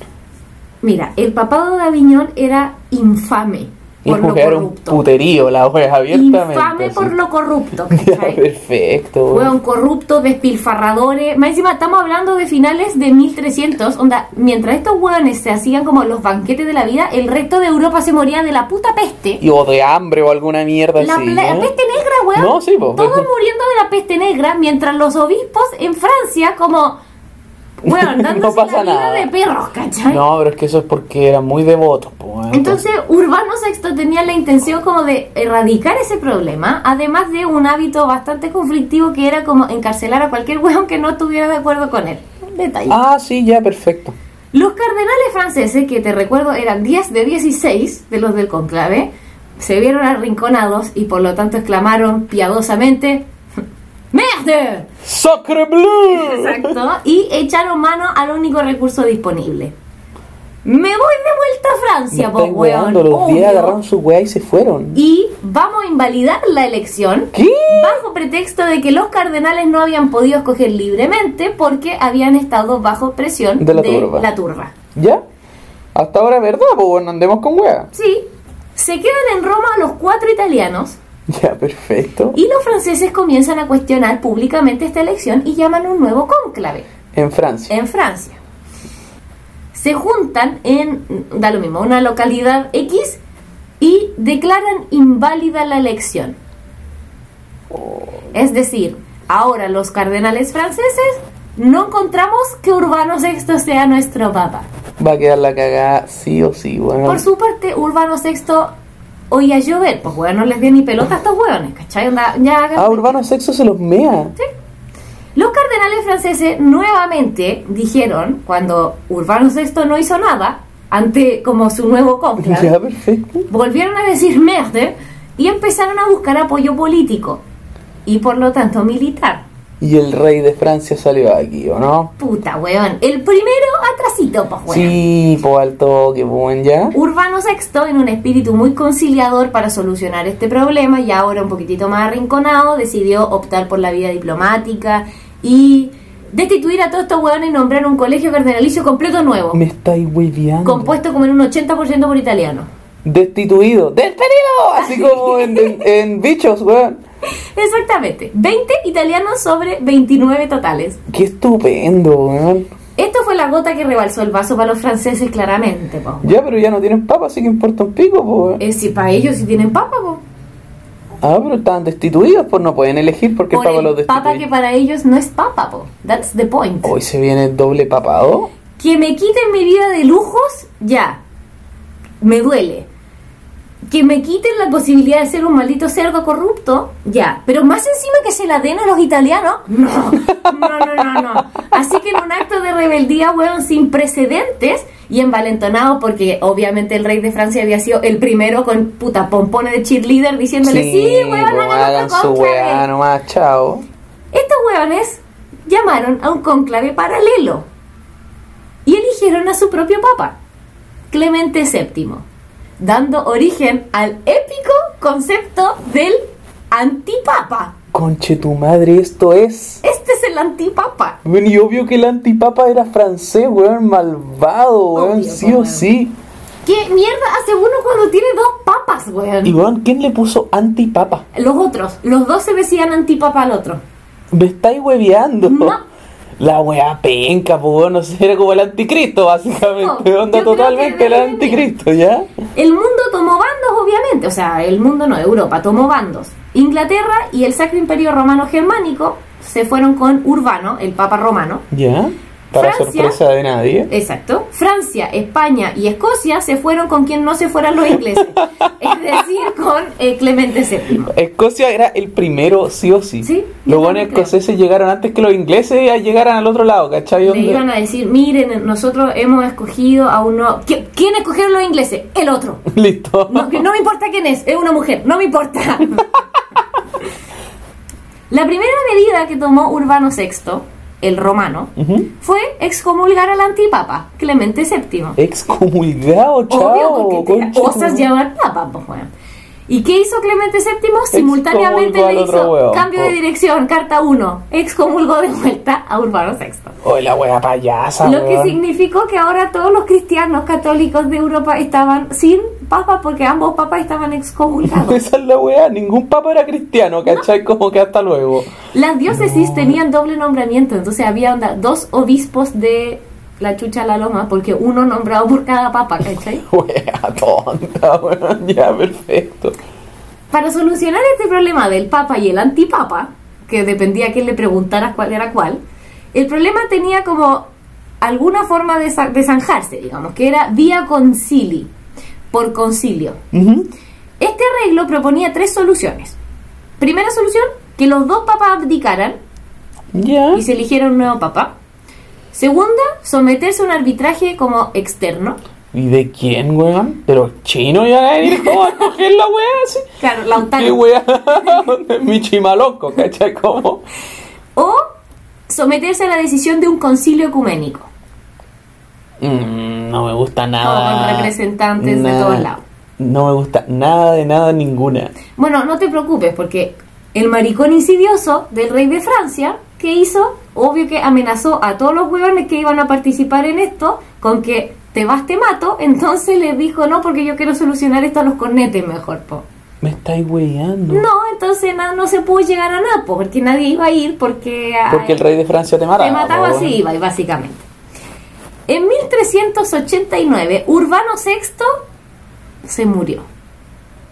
B: Mira, el papado de Aviñón era infame
A: Y
B: por lo
A: jugar un
B: corrupto.
A: puterío la wea abiertamente.
B: Infame por
A: así. *laughs*
B: lo corrupto,
A: Ya,
B: ¿cachai?
A: perfecto. weón.
B: Fueron corruptos, despilfarradores. Más encima, estamos hablando de finales de 1300. Onda, mientras estos hueones se hacían como los banquetes de la vida, el resto de Europa se moría de la puta peste.
A: Y o de hambre o alguna mierda
B: La,
A: así.
B: la
A: ¿eh?
B: peste negra, weón.
A: No, sí, pues, po.
B: Todos muriendo de la peste negra, mientras los obispos en Francia, como.
A: *laughs*
B: Weón,
A: No
B: dándose
A: pasa
B: la vida
A: nada.
B: de perros, ¿cachai?
A: No, pues. pero es que eso es porque eran muy devotos, po weón.
B: Entonces, Urbano VI tenía la intención como de erradicar ese problema, además de un hábito bastante conflictivo que era como encarcelar a cualquier hueón que no estuviera de acuerdo con él. Detalle.
A: Ah, sí, ya, perfecto.
B: Los cardenales franceses, que te recuerdo eran 10 de 16 de los del conclave, se vieron arrinconados y por lo tanto exclamaron piadosamente *laughs* ¡Merde!
A: ¡Sacre bleu!
B: Exacto. Y echaron mano al único recurso disponible. Me voy de vuelta a
A: Me
B: Francia, po,
A: estáis
B: hueón.
A: weando, los días
B: obvio
A: agarraron su weá y se fueron.
B: y vamos a invalidar la elección
A: ¿Qué?
B: bajo pretexto de que los cardenales no habían podido escoger libremente porque habían estado bajo presión
A: De la turba.
B: la turba.
A: ¿Ya? Hasta ahora, ¿verdad? Pues bueno, andemos con weá.
B: Sí, se quedan en Roma los cuatro italianos
A: Ya, perfecto.
B: y los franceses comienzan a cuestionar públicamente esta elección y llaman un nuevo cónclave
A: En Francia.
B: en Francia. Se juntan en, da lo mismo, una localidad X y declaran inválida la elección. Es decir, ahora los cardenales franceses no encontramos que Urbano VI sea nuestro papa.
A: Va a quedar la cagada sí o sí, weón.
B: Por su parte, Urbano VI oía llover. Pues bueno, no les dio ni pelota a estos hueones, ¿cachai? Onda, ya hagan-
A: Ah, Urbano Sexo se los mea.
B: Los cardenales franceses nuevamente dijeron, cuando Urbano VI no hizo nada, ante como su nuevo
A: *laughs* Ya,
B: cónclave,
A: perfecto.
B: volvieron a decir merde y empezaron a buscar apoyo político y por lo tanto militar.
A: y el rey de Francia salió aquí, ¿o no?
B: Puta, weón. El primero atrasito, pues, weón.
A: Sí, po alto, que buen ya.
B: Urbano VI, en un espíritu muy conciliador para solucionar este problema y ahora un poquitito más arrinconado, decidió optar por la vía diplomática y destituir a todos estos hueones y nombrar un colegio cardenalicio completo nuevo,
A: Me estáis hueviando.
B: compuesto como en un 80% por italiano.
A: Destituido. ¡Despedido! Así como en, en- en bichos, weón.
B: Exactamente, 20 italianos sobre 29 totales.
A: Qué estupendo, weón.
B: Esto fue la gota que rebalsó el vaso para los franceses, claramente. po.
A: Ya, pero ya no tienen papa, así que importa un pico, po, weón.
B: Eh, si para ellos sí tienen papa, po.
A: Ah, pero estaban destituidos, pues no pueden elegir porque
B: Por
A: el papa
B: el
A: los destituye.
B: papa que para ellos no es papa, po. That's the point.
A: Hoy se viene el doble papado.
B: Que me quiten mi vida de lujos, ya. Me duele. Que me quiten la posibilidad de ser un maldito cerdo corrupto, ya. Pero más encima que se la den a los italianos,
A: *laughs*
B: no. No, no, no, no. Así que en un acto de rebeldía, weón, sin precedentes y envalentonado, porque obviamente el rey de Francia había sido el primero con puta pompones de cheerleader diciéndole: Sí, weón,
A: pues,
B: hagan otro
A: hagan su
B: cónclave".
A: weá nomás, chao.
B: Estos hueones llamaron a un cónclave paralelo y eligieron a su propio papa, Clemente VII, dando origen al épico concepto del antipapa.
A: Conche tu madre, esto es.
B: Este es el antipapa.
A: Bueno, y obvio que el antipapa era francés, weón, malvado, weón,
B: Obvio,
A: sí o
B: weón.
A: sí.
B: ¿Qué mierda hace uno cuando tiene dos papas,
A: Y
B: weón?
A: weón, ¿quién le puso antipapa?
B: Los otros, los dos se decían antipapa al otro.
A: Me estáis hueveando.
B: No.
A: La weá penca, pues weón, no sé, era como el anticristo, básicamente.
B: No,
A: Onda
B: yo creo que
A: totalmente el
B: era el
A: anticristo, ¿ya?
B: El mundo tomó bandos, obviamente, o sea, el mundo no, Europa tomó bandos. Inglaterra y el Sacro Imperio Romano Germánico se fueron con Urbano, el Papa Romano.
A: ¿Ya? Para
B: Francia.
A: sorpresa de nadie.
B: Exacto. Francia, España y Escocia se fueron con quien no se fueran los ingleses. es decir, con eh, Clemente VII.
A: Escocia era el primero, sí o sí.
B: Sí, yo
A: Los buenos
B: también creo.
A: escoceses llegaron antes que los ingleses a llegaran al otro lado, ¿cachai?
B: Le
A: Onda-
B: iban a decir, miren, nosotros hemos escogido a uno... ¿Qui- ¿Quién escogieron los ingleses? El otro.
A: *laughs* Listo.
B: No, que no me importa quién es, es una mujer, no me
A: *laughs*
B: importa. La primera medida que tomó Urbano VI, el romano,
A: Ujú.
B: fue excomulgar al antipapa, Clemente VII.
A: Excomulgado, Eh, chao.
B: Obvio, porque te
A: concha
B: osas
A: tu-
B: llamar papa, pues bueno. ¿Y qué hizo Clemente VII? Simultáneamente
A: Excomulgó al
B: le
A: otro
B: hizo
A: hueón,
B: cambio
A: po.
B: de dirección, carta 1, excomulgó de vuelta a Urbano VI.
A: Oye, la wea payasa,
B: Lo que
A: weón.
B: significó que ahora todos los cristianos católicos de Europa estaban sin papa porque ambos papas estaban
A: *laughs*
B: excomulgados.
A: Esa es la wea, ningún papa era cristiano, ¿cachai? Como que hasta luego. *laughs*
B: Las diócesis tenían doble nombramiento, entonces había onda, dos obispos de la chucha a la loma, porque uno nombrado por cada
A: *laughs*
B: papa, ¿cachai?
A: Wea tonta, weón. *laughs* Ya, perfecto.
B: Para solucionar este problema del papa y el antipapa, que dependía a quién le preguntaras cuál era cuál, el problema tenía como alguna forma de, sa- de zanjarse, digamos, que era vía concili, por concilio.
A: Ujú.
B: Este arreglo proponía tres soluciones. Primera solución, que los dos papas abdicaran
A: Ya.
B: y se eligiera un nuevo papa. Segunda, someterse a un arbitraje como externo.
A: ¿Y de quién, weón? ¿De los chinos ya nadie
B: *laughs*
A: cómo va a coger la wea así?
B: Claro, la OTAN.
A: ¿Qué wea? *laughs* Mi chimaloco, ¿cachai? ¿Cómo?
B: O someterse a la decisión de un concilio ecuménico.
A: Mm, no me gusta
B: Como
A: nada.
B: con representantes de todos lados.
A: No me gusta nada de nada, ninguna.
B: Bueno, no te preocupes, porque el maricón insidioso del rey de Francia, ¿qué hizo? Obvio que amenazó a todos los huevones que iban a participar en esto con que te vas, te mato. Entonces les dijo, no, porque yo quiero solucionar esto a los cornetes mejor, po.
A: Me estáis weyando.
B: No, entonces na- no se pudo llegar a nada, po, porque nadie iba a ir, porque... ah,
A: Porque el rey de Francia te mataba.
B: Te mataba
A: po.
B: así, iba, básicamente. En 1389, Urbano VI se murió,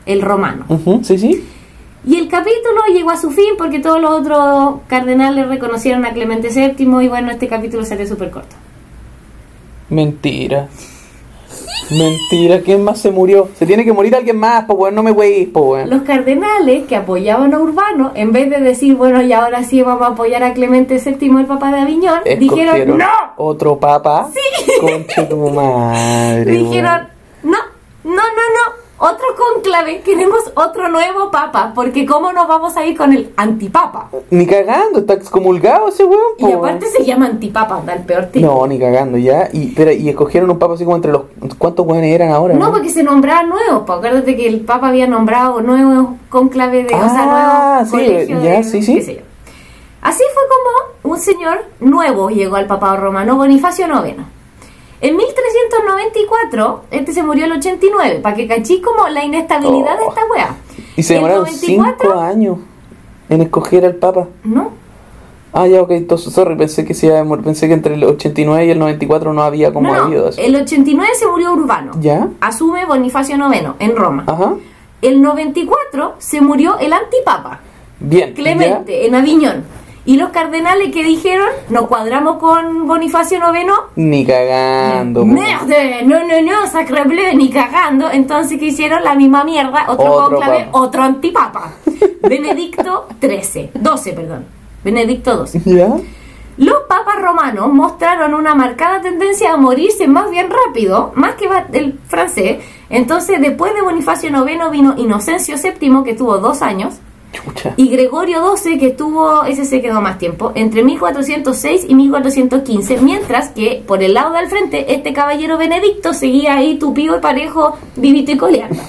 B: el romano.
A: Ujú, sí, sí.
B: Y el capítulo llegó a su fin porque todos los otros cardenales reconocieron a Clemente VII y bueno, este capítulo salió súper corto.
A: Mentira. Mentira, ¿quién más se murió? Se tiene que morir alguien más, po, weón. No me weís, po, weón.
B: Los cardenales que apoyaban a Urbano, en vez de decir, bueno, y ahora sí vamos a apoyar a Clemente VII, el papá de Aviñón, dijeron,
A: Escogieron
B: no,
A: Otro papa. Sí. Concha tu madre.
B: dijeron,
A: weón.
B: no, no, no, no, otro conclave, queremos otro nuevo papa, porque ¿cómo nos vamos a ir con el antipapa?
A: Ni cagando, está excomulgado ese weón. po,
B: Y aparte se llama antipapa, anda el peor
A: weón.
B: tipo.
A: No, ni cagando, ya. Y, espera, y escogieron un papa así como entre los. ¿Cuántos weones eran ahora?
B: No, porque se nombraban nuevos, po. acuérdate que el Papa había nombrado nuevos conclaves de, o sea,
A: Ah,
B: nuevos
A: sí,
B: colegios
A: ya,
B: de-
A: sí, sí.
B: qué sé yo. Así fue como un señor nuevo llegó al papado romano, Bonifacio IX. En 1394, este se murió el 89, para que cachís como la inestabilidad de
A: Oh.
B: esta wea.
A: Y se
B: El
A: demoraron
B: 94,
A: 5 años en escoger al papa.
B: No,
A: Ah, ya, ok, entonces, sorry, pensé que, se iba a demor- pensé que entre el 89 y el 94 no había como
B: no, eh,
A: habido
B: no.
A: así.
B: el 89 se murió Urbano.
A: ¿Ya? Ah.
B: Asume Bonifacio IX en Roma.
A: Ajá.
B: El 94 se murió el antipapa.
A: Bien.
B: Clemente, en Aviñón. Y los cardenales que dijeron, nos cuadramos con Bonifacio IX.
A: ¿ya? Ni cagando. po.
B: Merde, no, no, no, sacrebleu, ni cagando. Entonces, ¿qué hicieron? La misma mierda, otro,
A: Otro
B: cónclave,
A: papa. *laughs*
B: otro antipapa. Benedicto XIII, 12, perdón. Benedicto XII.
A: ¿Ya?
B: Los papas romanos mostraron una marcada tendencia a morirse más bien rápido, más que va- el francés. Entonces, después de Bonifacio IX vino Inocencio VII, que tuvo dos años.
A: Chucha.
B: Y Gregorio XII, que estuvo, ese se quedó más tiempo, entre 1406 y 1415, mientras que por el lado del frente, este caballero Benedicto seguía ahí tupido y parejo, vivito y coleando.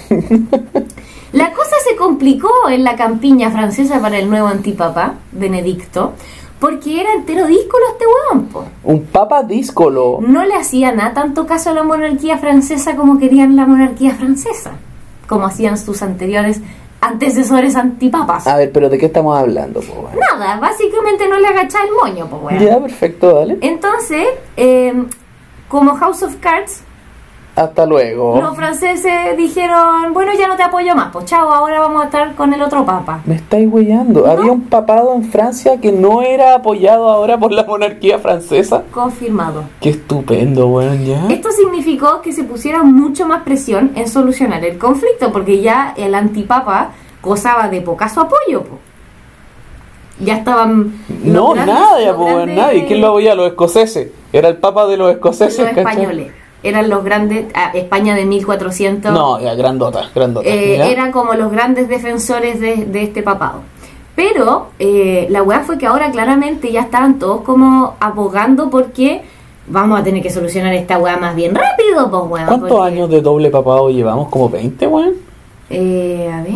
B: La cosa se complicó en la campiña francesa para el nuevo antipapa, Benedicto, porque era entero díscolo este hueón, po.
A: Un papa díscolo.
B: No le hacía nada tanto caso a la monarquía francesa como querían la monarquía francesa, como hacían sus anteriores antecesores antipapas.
A: A ver, pero ¿de qué estamos hablando? po, weón?
B: Nada, básicamente no le agachaba el moño, pues weón.
A: Ya, perfecto, dale.
B: Entonces, eh, como House of Cards,
A: Hasta luego.
B: los franceses dijeron, bueno, ya no te apoyo más, pues chao, ahora vamos a estar con el otro papa.
A: Me estáis huellando. Había un papado en Francia que no era apoyado ahora por la monarquía francesa.
B: Confirmado.
A: Qué estupendo, weón, ya.
B: Esto significó que se pusiera mucho más presión en solucionar el conflicto, porque ya el antipapa gozaba de pocaso apoyo, po. Ya estaban... los
A: No,
B: grandes-
A: nadie,
B: los
A: po, weón,
B: grandes-
A: nadie. ¿Quién lo apoyaba? Los escoceses. Era el papa de los
B: Los
A: escoceses. ¿cachai?
B: españoles. Eran los grandes... ah, España de 1400...
A: No, ya, grandota, grandota.
B: Eh,
A: ya.
B: eran como los grandes defensores de, de este papado. Pero eh, la weá fue que ahora claramente ya estaban todos como abogando porque vamos a tener que solucionar esta weá más bien rápido, pues weón.
A: ¿Cuántos
B: porque,
A: años de doble papado llevamos? ¿Como 20, weón?
B: eh, a ver,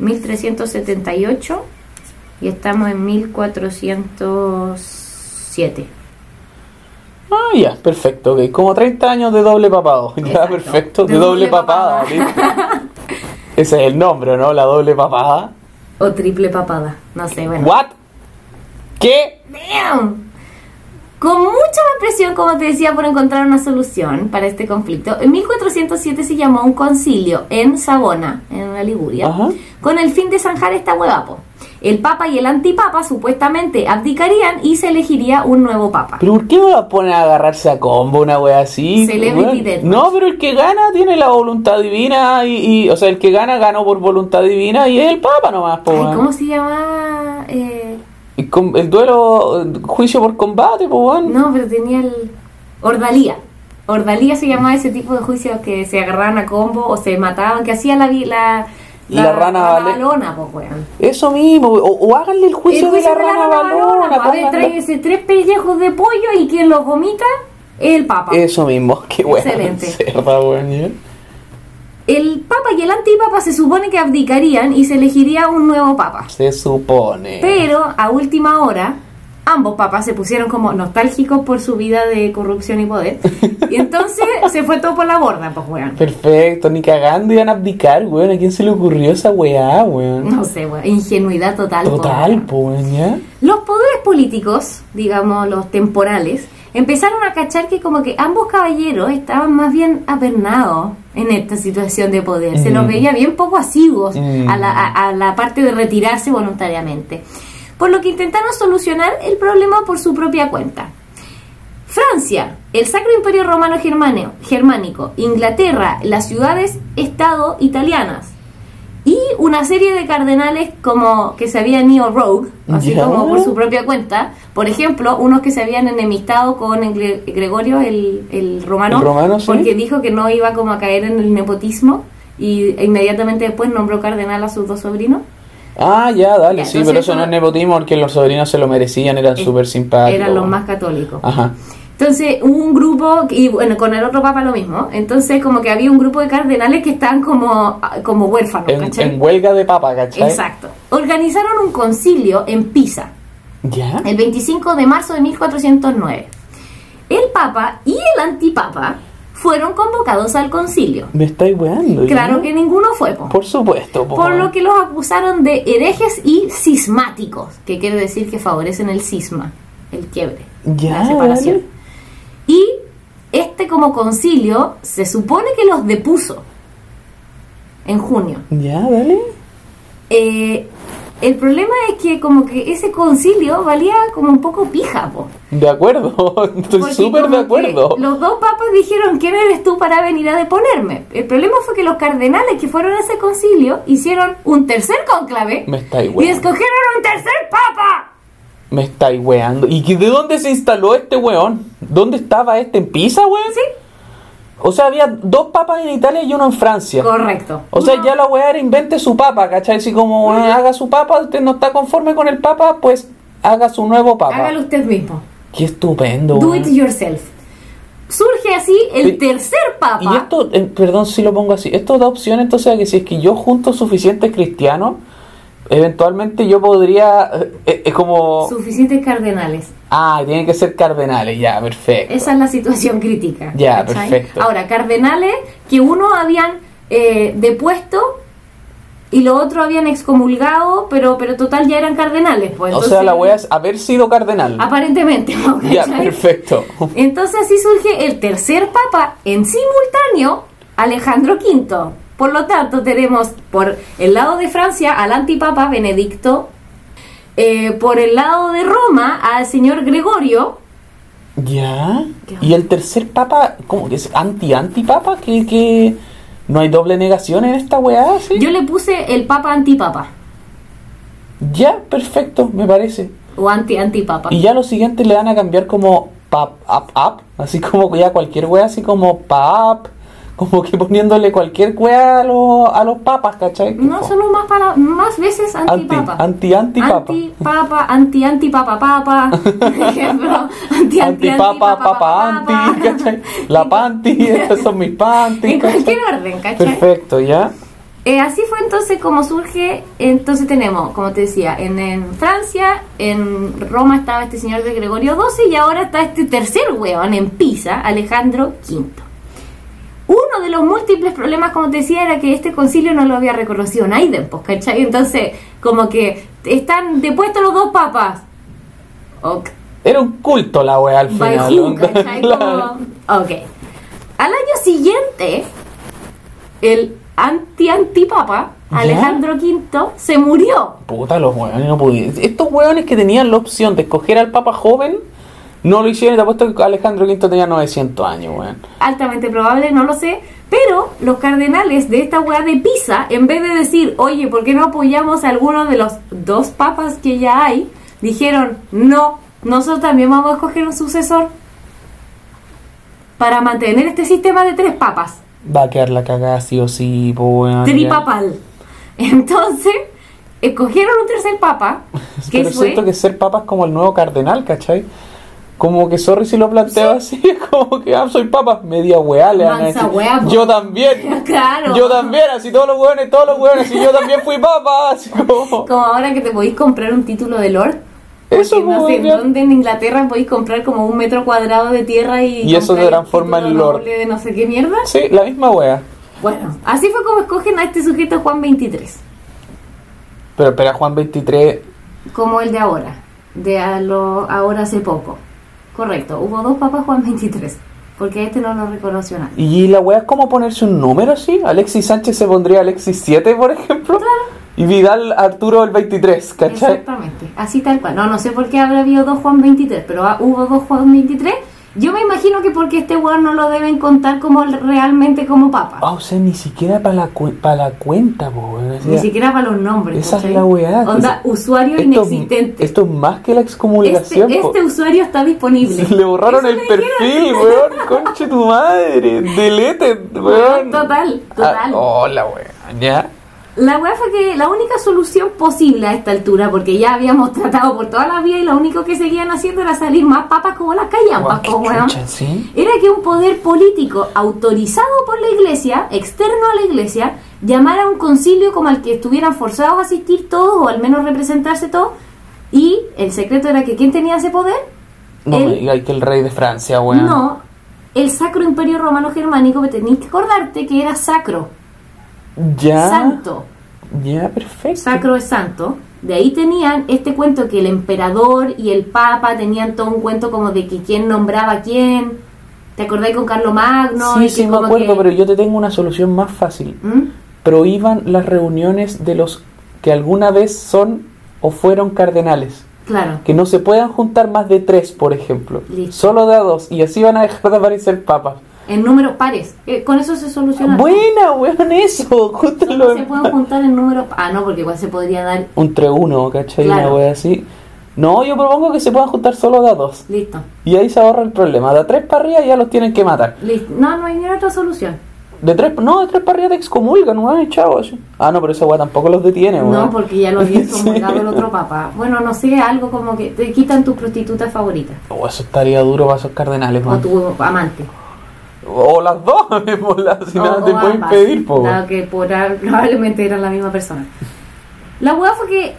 B: 1378 y estamos en 1407.
A: Ah, ya, perfecto, ok. Como 30 años de doble papado. *laughs* Ya,
B: Exacto.
A: perfecto. De,
B: De
A: doble,
B: doble
A: papada.
B: papada. *laughs*
A: listo. Ese es el nombre, ¿no? La doble papada.
B: O triple papada, no sé, bueno.
A: ¿What? ¿Qué?
B: Damn. Con mucha más presión, como te decía, por encontrar una solución para este conflicto, en 1407 se llamó un concilio en Sabona, en la Liguria,
A: Ajá.
B: con el fin de zanjar esta huevapo. El papa y el antipapa supuestamente abdicarían y se elegiría un nuevo papa.
A: ¿Pero por qué me va a poner a agarrarse a combo una wea así?
B: Celebrity
A: weón?
B: Deathmatch.
A: No, pero el que gana tiene la voluntad divina y, y- O sea, el que gana ganó por voluntad divina y es el papa nomás, po,
B: Ay,
A: weón.
B: ¿Cómo se llama? Eh,
A: Y con- el duelo, eh, juicio por combate, po, weón.
B: no, pero tenía el... Ordalía. Ordalía se llamaba ese tipo de juicios que se agarraban a combo o se mataban, que hacía la... vi- la
A: La rana vale-
B: valona, pues, weón.
A: Eso mismo, o, o háganle el juicio,
B: El juicio
A: de Pues la rana balona.
B: A ver,
A: pónganlo.
B: tráigase tres pellejos de pollo y quien los vomita es el Papa.
A: Eso mismo, qué bueno.
B: Excelente.
A: Cerda, weón, ¿eh?
B: El Papa y el antipapa se supone que abdicarían y se elegiría un nuevo Papa.
A: Se supone.
B: Pero a última hora, ambos papas se pusieron como nostálgicos por su vida de corrupción
A: *laughs*
B: y poder. Y entonces se fue todo por la borda, pues weón.
A: Perfecto, ni cagando iban a abdicar, weón. ¿A quién se le ocurrió esa weá, weón?
B: No sé, weón. Ingenuidad total. po,
A: Total,
B: weón.
A: po, weón, ¿ya?
B: Los poderes políticos, digamos los temporales, empezaron a cachar que como que ambos caballeros estaban más bien apernados en esta situación de poder. Se los
A: Mm.
B: veía bien poco asiduos
A: Mm.
B: a, la, a- a la parte de retirarse voluntariamente. Por lo que intentaron solucionar el problema por su propia cuenta. Francia, el Sacro Imperio Romano Germáneo- Germánico, Inglaterra, las ciudades-estado italianas y una serie de cardenales como que se habían ido rogue, así
A: Ya.
B: como por su propia cuenta. Por ejemplo, unos que se habían enemistado con el Gre- Gregorio, el, el romano,
A: El romano, sí.
B: porque dijo que no iba como a caer en el nepotismo y e inmediatamente después nombró cardenal a sus dos sobrinos.
A: Ah, ya, dale,
B: Ya,
A: sí,
B: entonces
A: pero eso
B: eso-
A: no es nepotismo porque los sobrinos se lo merecían, eran
B: Eh,
A: súper simpáticos.
B: Eran los más católicos.
A: Ajá.
B: Entonces, hubo un grupo, y bueno, con el otro papa lo mismo. Entonces, como que había un grupo de cardenales que estaban como, como huérfanos,
A: En,
B: ¿cachai?
A: en huelga de papa, ¿cachai?
B: Exacto. Organizaron un concilio en Pisa,
A: ¿Ya?
B: el 25 de marzo de 1409. El papa y el antipapa fueron convocados al concilio.
A: Me estáis weando. ¿ya?
B: Claro que ninguno fue, po.
A: Por supuesto, po.
B: Por lo que los acusaron de herejes y cismáticos, que quiere decir que favorecen el cisma, el quiebre,
A: Ya,
B: la separación.
A: vale.
B: Y este como concilio se supone que los depuso en junio.
A: Ya, dale.
B: Eh, el problema es que como que ese concilio valía como un poco pija, po.
A: De acuerdo, *laughs* estoy
B: Porque
A: súper de
B: como que
A: acuerdo.
B: Los dos papas dijeron, ¿quién eres tú para venir a deponerme? El problema fue que los cardenales que fueron a ese concilio hicieron un tercer conclave
A: Me estáis
B: y
A: weando.
B: escogieron un tercer papa.
A: Me estáis weando. ¿Y qué- de dónde se instaló este weón? ¿Dónde estaba este? ¿En Pisa, weón?
B: Sí,
A: O sea, había dos papas en Italia y uno en Francia.
B: correcto.
A: O sea,
B: No,
A: ya la weá era invente su papa, ¿cachai? Si como weón, haga su papa, usted no está conforme con el papa, pues haga su nuevo papa.
B: Hágalo usted mismo.
A: Qué estupendo.
B: Do
A: weón.
B: it yourself. Surge así
A: Sí.
B: el tercer papa.
A: Y esto, eh, perdón si lo pongo así, esto da opción entonces a que si es que yo junto suficientes cristianos, eventualmente yo podría, eh, eh, eh, como...
B: Suficientes cardenales.
A: Ah, tienen que ser cardenales, ya, perfecto.
B: Esa es la situación crítica.
A: Ya, perfecto.
B: Ahora, cardenales que uno habían eh, depuesto y lo otro habían excomulgado, pero pero total ya eran cardenales. Pues,
A: o
B: entonces-
A: sea, la wea es haber sido cardenal.
B: Aparentemente, *laughs* ¿no?
A: ya,
B: ¿Cachai?
A: perfecto.
B: Entonces así surge el tercer papa en simultáneo, Alejandro V. Por lo tanto, tenemos por el lado de Francia al antipapa Benedicto, eh, por el lado de Roma al señor Gregorio,
A: ya.
B: Ya.
A: Y el tercer papa, ¿cómo que es? ¿Anti-antipapa? ¿Que, que no hay doble negación en esta weá? ¿sí?
B: yo le puse el papa antipapa
A: Ya, perfecto, me parece.
B: o anti antipapa.
A: Y ya los siguientes le van a cambiar como pap, up, up, así como ya cualquier wea, así como pap, como que poniéndole cualquier wea a los, a los papas, ¿cachai?
B: No,
A: Tipo,
B: solo más para más veces antipapa.
A: Anti- anti- antipapa.
B: Antipapa, anti antipapa papa. *laughs* Por ejemplo, anti anti
A: Antipapa, papa, anti, ¿cachai?
B: *laughs*
A: La panty, estas son mis panties.
B: En
A: ¿cachai?
B: cualquier orden, ¿cachai?
A: Perfecto, ya.
B: Eh, así fue entonces como surge, entonces tenemos, como te decía, en, en Francia, en Roma estaba este señor de Gregorio XII y ahora está este tercer hueón en Pisa, Alejandro V. Uno de los múltiples problemas, como te decía, era que este concilio no lo había reconocido Naiden, pues, ¿cachai? Entonces, como que están depuestos los dos papas. Ok.
A: Era un culto la wea al
B: By
A: final.
B: who,
A: onda, *laughs*
B: ¿cachai?
A: claro.
B: Como- Ok. Al año siguiente, el anti-antipapa,
A: ¿Ya?
B: Alejandro V, se murió.
A: Puta, los hueones no pudieron. Estos hueones que tenían la opción de escoger al papa joven, no lo hicieron y te apuesto que Alejandro V tenía 900 años, weón.
B: Altamente probable, no lo sé. Pero los cardenales de esta weá de Pisa, en vez de decir, oye, ¿por qué no apoyamos a alguno de los dos papas que ya hay? Dijeron, no, nosotros también vamos a escoger un sucesor para mantener este sistema de tres papas.
A: Va a quedar la cagada sí o sí, po, weón.
B: tripapal. *laughs* Entonces, escogieron un tercer
A: *laughs*
B: papa,
A: ya.
B: que
A: Pero
B: fue...
A: siento que ser papa es como el nuevo cardenal, ¿cachai? Como que, sorry si lo planteo así, *laughs* es como que, ah, soy papa, media weá, le van a
B: Mansa
A: decir.
B: weá, po.
A: Yo también.
B: *laughs* Claro.
A: Yo también, así todos los hueones, todos los hueones, así yo también fui papa, así
B: *laughs*
A: como.
B: Como ahora que te podéis comprar un título de Lord.
A: Eso,
B: porque no
A: po,
B: sé, en
A: ya.
B: dónde en Inglaterra podéis comprar como un metro cuadrado de tierra y...
A: Y eso
B: comprar
A: te
B: el
A: transforma
B: título
A: en Lord.
B: noble De no sé qué mierda.
A: Sí, la misma weá.
B: Bueno, así fue como escogen a este sujeto Juan 23,
A: Pero espera, Juan 23
B: como el de ahora, de a lo, ahora hace poco. Correcto, hubo dos papas Juan 23, porque este no lo reconoció nadie.
A: Y la wea es como ponerse un número así. Alexis Sánchez se pondría Alexis 7, por ejemplo. Y Vidal Arturo el 23, ¿cachai?
B: Exactamente, así tal cual. No, no sé por qué habrá habido dos Juan 23, pero ah, hubo dos Juan 23 Yo me imagino que porque este weón no lo deben contar como el- realmente como papa.
A: Ah, o sea, ni siquiera para la, cu- pa' la cuenta, po, weón. O sea,
B: Ni siquiera para los nombres.
A: Esa es
B: ¿cachai?
A: la weá.
B: Onda, usuario
A: esto-
B: inexistente.
A: Esto es más que la excomulgación,
B: este,
A: po.
B: este usuario está disponible.
A: Le borraron
B: Eso
A: el
B: me dijeron.
A: perfil, weón. Conche tu madre. Delete, weón.
B: *laughs* Total, total.
A: Ah, hola, weón. Ya.
B: La weá fue que la única solución posible a esta altura, porque ya habíamos tratado por toda la vía y lo único que seguían haciendo era salir más papas como las
A: Guau,
B: callampas,
A: qué
B: po, weón.
A: chucha, ¿sí?
B: Era que un poder político autorizado por la iglesia, externo a la iglesia, llamara a un concilio como al que estuvieran forzados a asistir todos o al menos representarse todos. Y el secreto era que ¿quién tenía ese poder?
A: No
B: El-
A: me digas que el rey de Francia, weón.
B: No, el Sacro Imperio Romano Germánico, que tenéis que acordarte que era sacro,
A: Ya.
B: santo.
A: Ya, perfecto.
B: Sacro es santo. De ahí tenían este cuento que el emperador y el papa tenían todo un cuento como de que quién nombraba a quién. ¿Te acordáis con Carlo Magno? Y
A: sí,
B: que
A: sí, me
B: como
A: acuerdo,
B: que-
A: pero yo te tengo una solución más fácil.
B: ¿Mm?
A: Prohíban las reuniones de los que alguna vez son o fueron cardenales.
B: Claro.
A: Que no se puedan juntar más de tres, por ejemplo.
B: Listo.
A: Solo de a dos. Y así van a dejar de aparecer papas.
B: En números pares. Eh, con eso se soluciona.
A: Buena, weón, eso. Justo
B: Solo
A: lo-
B: se pueden juntar en números... Ah, no, porque igual se podría dar...
A: Un 3-1, ¿cachai? Una
B: Claro.
A: wea así. No, yo propongo que se puedan juntar solo de a dos.
B: Listo.
A: Y ahí se ahorra el problema. De a tres para arriba ya los tienen que matar.
B: Listo. No, no hay ni otra solución.
A: De tres, no, de tres para arriba te excomulgan, weón, chavo. Ah, no, pero esa weá tampoco los detiene, weón.
B: No, porque ya
A: *laughs*
B: lo había excomulgado
A: Sí.
B: el otro papá. Bueno, no sé, algo como que te quitan tu prostituta favorita.
A: Oh, eso estaría duro para esos cardenales,
B: O
A: weón.
B: tu amante.
A: O las dos, *laughs* mismo, la- si nada te pueden
B: ambas,
A: pedir, po.
B: dado que por- probablemente eran la misma persona. La hueá fue que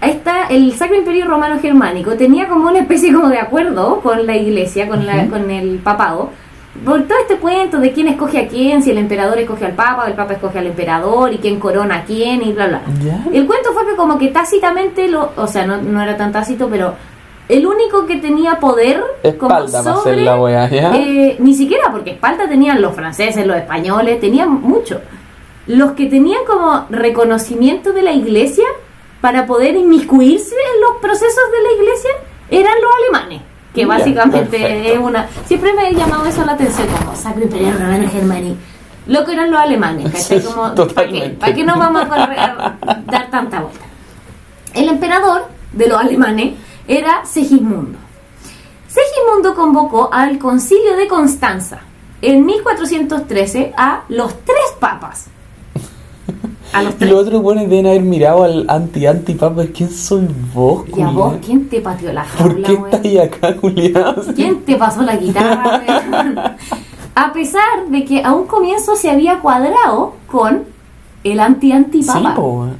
B: ahí está el Sacro Imperio Romano Germánico tenía como una especie como de acuerdo con la iglesia, con, la, con el papado, por todo este cuento de quién escoge a quién, si el emperador escoge al papa, o el papa escoge al emperador, y quién corona a quién, y bla, bla.
A: Ya.
B: El cuento fue que como que tácitamente, lo, o sea, no, no era tan tácito, pero el único que tenía poder como
A: Espalda para hacer
B: sobre-
A: la weá, ¿ya?
B: eh, ni siquiera porque espalda tenían los franceses, los españoles, tenían mucho. Los que tenían como reconocimiento de la iglesia para poder inmiscuirse en los procesos de la iglesia eran los alemanes, que
A: Ya,
B: básicamente
A: perfecto.
B: es una... Siempre me he llamado eso la atención, como Sacro Imperio Romano Germani. Lo que eran los alemanes, ¿cachai?
A: Sí,
B: Como, ¿para qué?
A: totalmente.
B: ¿Para qué nos vamos a, correr a dar tanta vuelta? El emperador de los alemanes era Segismundo. Segismundo convocó al concilio de Constanza en 1413 a los tres papas. A los
A: Y
B: tres.
A: los otros buenos deben haber mirado al anti-anti papa. ¿Quién soy vos,
B: ¿Y a
A: culiao?
B: vos quién te pateó la jaula,
A: ¿Por qué
B: weón?
A: estás acá, culiado?
B: ¿Quién te pasó
A: *laughs*
B: la guitarra? weón? a pesar de que a un comienzo se había cuadrado con el anti-antipapa.
A: Sí, po, weón.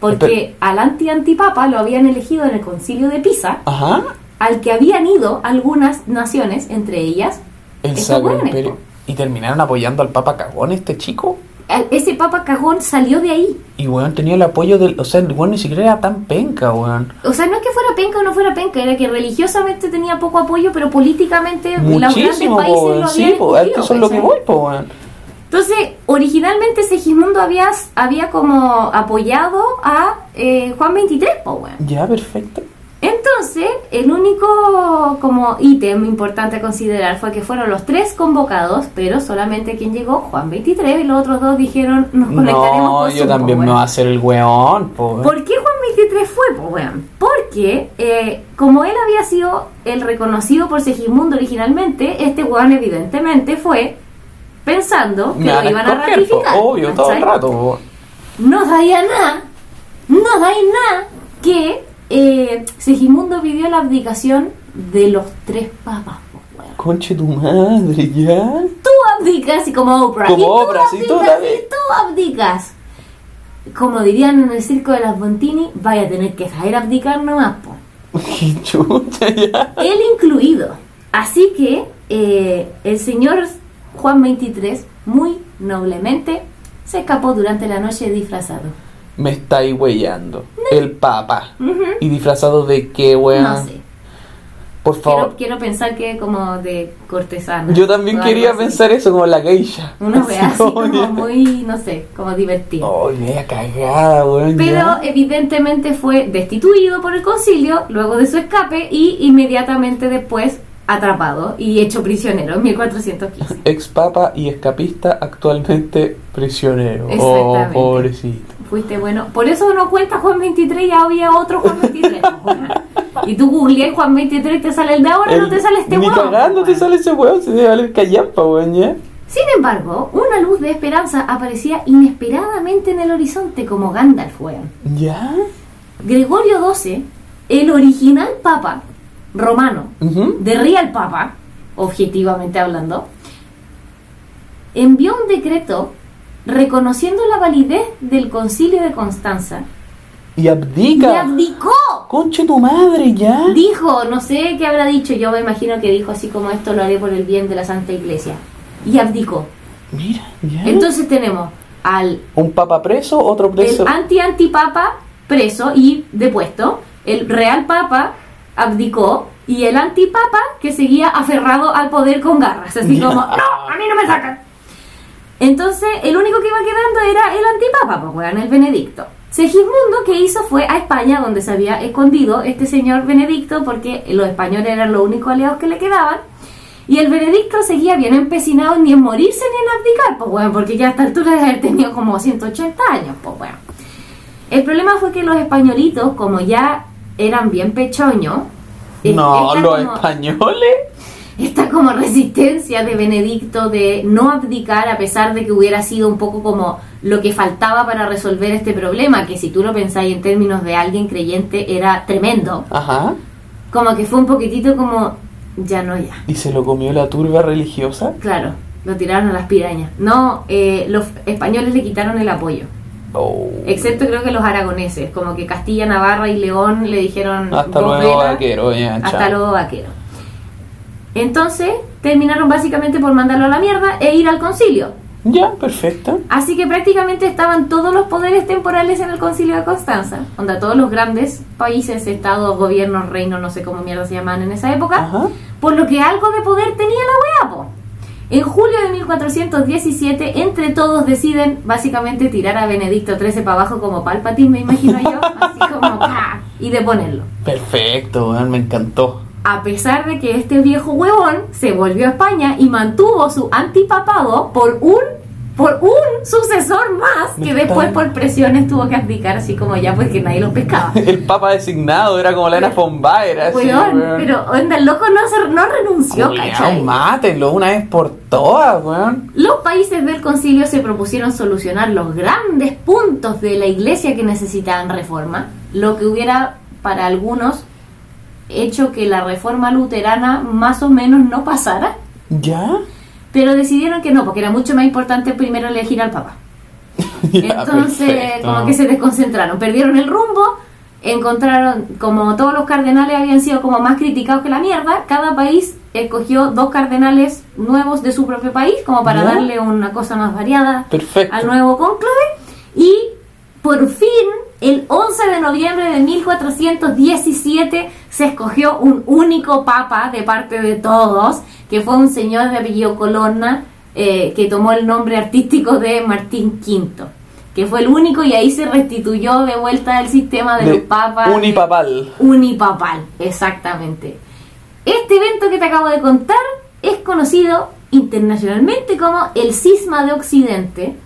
B: porque al anti-antipapa lo habían elegido en el concilio de Pisa,
A: Ajá.
B: al que habían ido algunas naciones, entre ellas
A: El
B: Estos
A: Sacro
B: weones,
A: Imperio.
B: po.
A: Y terminaron apoyando al Papa Cagón, este chico.
B: Al- Ese papa cajón salió de ahí.
A: Y weón tenía el apoyo del. O sea, el weón ni siquiera era tan penca, weón.
B: O sea, no es que fuera penca o no fuera penca, era que religiosamente tenía poco apoyo, pero políticamente los grandes
A: Muchísimo,
B: países
A: po, weón.
B: lo
A: Sí,
B: habían
A: po,
B: escogido,
A: esto es lo que
B: ¿cachai?
A: voy, po, weón.
B: Entonces, originalmente Segismundo había, había como apoyado a eh, Juan 23, po, weón.
A: Ya, perfecto.
B: Entonces, el único como ítem importante a considerar fue que fueron los tres convocados, pero solamente quien llegó, Juan 23, y los otros dos dijeron, nos conectaremos
A: No,
B: por
A: yo
B: Zoom, po,
A: también me
B: weón".
A: voy a hacer el weón, po, weón.
B: ¿Por qué Juan 23 fue, po, weón? Porque, eh, como él había sido el reconocido por Segismundo originalmente, este weón evidentemente fue pensando que
A: Me van
B: lo
A: a
B: iban a
A: escoger, po,
B: ratificar.
A: obvio, todo el
B: ¿cachai?
A: rato, po.
B: no daía nada, no daía nada que eh, Segismundo pidió la abdicación de los tres papas. po, weón.
A: Conche tu madre, ya. *laughs*
B: Tú abdicas y como Oprah.
A: Como
B: y tú
A: Oprah, sí, tú
B: abdicas,
A: también.
B: y tú abdicas. Como dirían en el circo de las Bontini, vaya a tener que saber abdicar nomás. po.
A: Qué chucha, ya.
B: Él incluido. Así que eh, el señor Juan 23, muy noblemente, se escapó durante la noche disfrazado.
A: Me estáis weyando. El Papa. ¿Y disfrazado de qué, weón?
B: No sé.
A: Por favor.
B: Quiero, quiero pensar que como de cortesana.
A: Yo también
B: o algo
A: quería
B: así.
A: pensar eso, como la geisha.
B: Una
A: *laughs*
B: weá así como
A: ya.
B: muy, no sé, como divertida.
A: Ay, media cagada, weón.
B: Pero
A: Oh, ya.
B: evidentemente fue destituido por el concilio luego de su escape y inmediatamente después atrapado y hecho prisionero en 1415.
A: Ex papa y escapista, actualmente prisionero. Oh,
B: Exactamente.
A: pobrecito.
B: Fuiste bueno. Por eso no cuenta Juan 23, ya había otro
A: *laughs*
B: Juan 23. y tú googleas Juan 23, te sale el de ahora, no
A: El-
B: te sale este
A: Ni
B: huevón,
A: cagando te
B: weón.
A: sale ese weón, se debe valer callampa, weón, ¿ya?
B: Sin embargo, una luz de esperanza aparecía inesperadamente en el horizonte como Gandalf, weón.
A: ¿Ya?
B: Gregorio XII, el original papa romano,
A: Ujú.
B: de Real Papa, objetivamente hablando, envió un decreto reconociendo la validez del concilio de Constanza.
A: Y
B: ¡Y
A: abdica.
B: abdicó!
A: Conche tu madre, ¿ya?
B: Dijo, no sé qué habrá dicho, yo me imagino que dijo así como esto lo haré por el bien de la Santa Iglesia. Y abdicó.
A: Mira, ¿ya?
B: Entonces tenemos al
A: Un papa preso, otro preso.
B: el anti-antipapa preso y depuesto, el real papa abdicó y el antipapa que seguía aferrado al poder con garras, así
A: Ya.
B: como, no, a mí no me sacan. Entonces, el único que iba quedando era el antipapa, pues weón, el Benedicto. Segismundo que hizo fue a España, donde se había escondido este señor Benedicto, porque los españoles eran los únicos aliados que le quedaban. Y el Benedicto seguía bien empecinado ni en morirse ni en abdicar, pues weón, porque ya a esta altura debe haber tenido como 180 años, pues weón. El problema fue que los españolitos, como ya eran bien pechoños, eh,
A: No,
B: esta
A: los
B: como-
A: españoles.
B: esta como resistencia de Benedicto de no abdicar a pesar de que hubiera sido un poco como lo que faltaba para resolver este problema, que si tú lo pensáis en términos de alguien creyente era tremendo,
A: Ajá.
B: como que fue un poquitito como ya no ya,
A: Y se lo comió la turba religiosa.
B: claro, lo tiraron a las pirañas. No, eh, los españoles le quitaron el apoyo,
A: Oh.
B: excepto creo que los aragoneses, como que Castilla, Navarra y León le dijeron
A: Hasta
B: "Vos
A: luego,
B: vela".
A: vaquero, ya,
B: hasta
A: chao.
B: luego vaquero. Entonces terminaron básicamente por mandarlo a la mierda e ir al concilio.
A: Ya, perfecto.
B: Así que prácticamente estaban todos los poderes temporales en el concilio de Constanza, donde todos los grandes países, estados, gobiernos, reinos, no sé cómo mierda se llamaban en esa época,
A: Ajá.
B: por lo que algo de poder tenía la wea, po. En julio de 1417, entre todos deciden básicamente tirar a Benedicto XIII para abajo como Palpatine, me imagino
A: *laughs*
B: yo, así como ¡pah! y deponerlo.
A: Perfecto, weón, me encantó.
B: A pesar de que este viejo huevón se volvió a España y mantuvo su antipapado por un por un sucesor más
A: Me
B: que después
A: está-
B: por presiones tuvo que abdicar así como ya porque nadie
A: *laughs*
B: los pescaba.
A: El papa designado era como la Ana Fombá, era así.
B: Weón,
A: weón.
B: pero onda, el loco no, se- no renunció,
A: Culeao,
B: ¿cachai?
A: mátenlo una vez por todas, weón.
B: Los países del concilio se propusieron solucionar los grandes puntos de la iglesia que necesitaban reforma, lo que hubiera para algunos hecho que la reforma luterana más o menos no pasara.
A: ¿Ya? *laughs*
B: Pero decidieron que no, porque era mucho más importante primero elegir al Papa.
A: *laughs* Ya,
B: Entonces,
A: perfecto.
B: como que se desconcentraron, perdieron el rumbo, encontraron, como todos los cardenales habían sido como más criticados que la mierda, cada país escogió dos cardenales nuevos de su propio país, como para
A: ¿Ya?
B: darle una cosa más variada
A: Perfecto.
B: al nuevo cónclave, y por fin, el 11 de noviembre de 1417, se escogió un único papa de parte de todos, que fue un señor de apellido Colonna, eh, que tomó el nombre artístico de Martín V, que fue el único y ahí se restituyó de vuelta el sistema de,
A: De
B: los papas.
A: Unipapal.
B: Unipapal, exactamente. Este evento que te acabo de contar es conocido internacionalmente como el cisma de Occidente,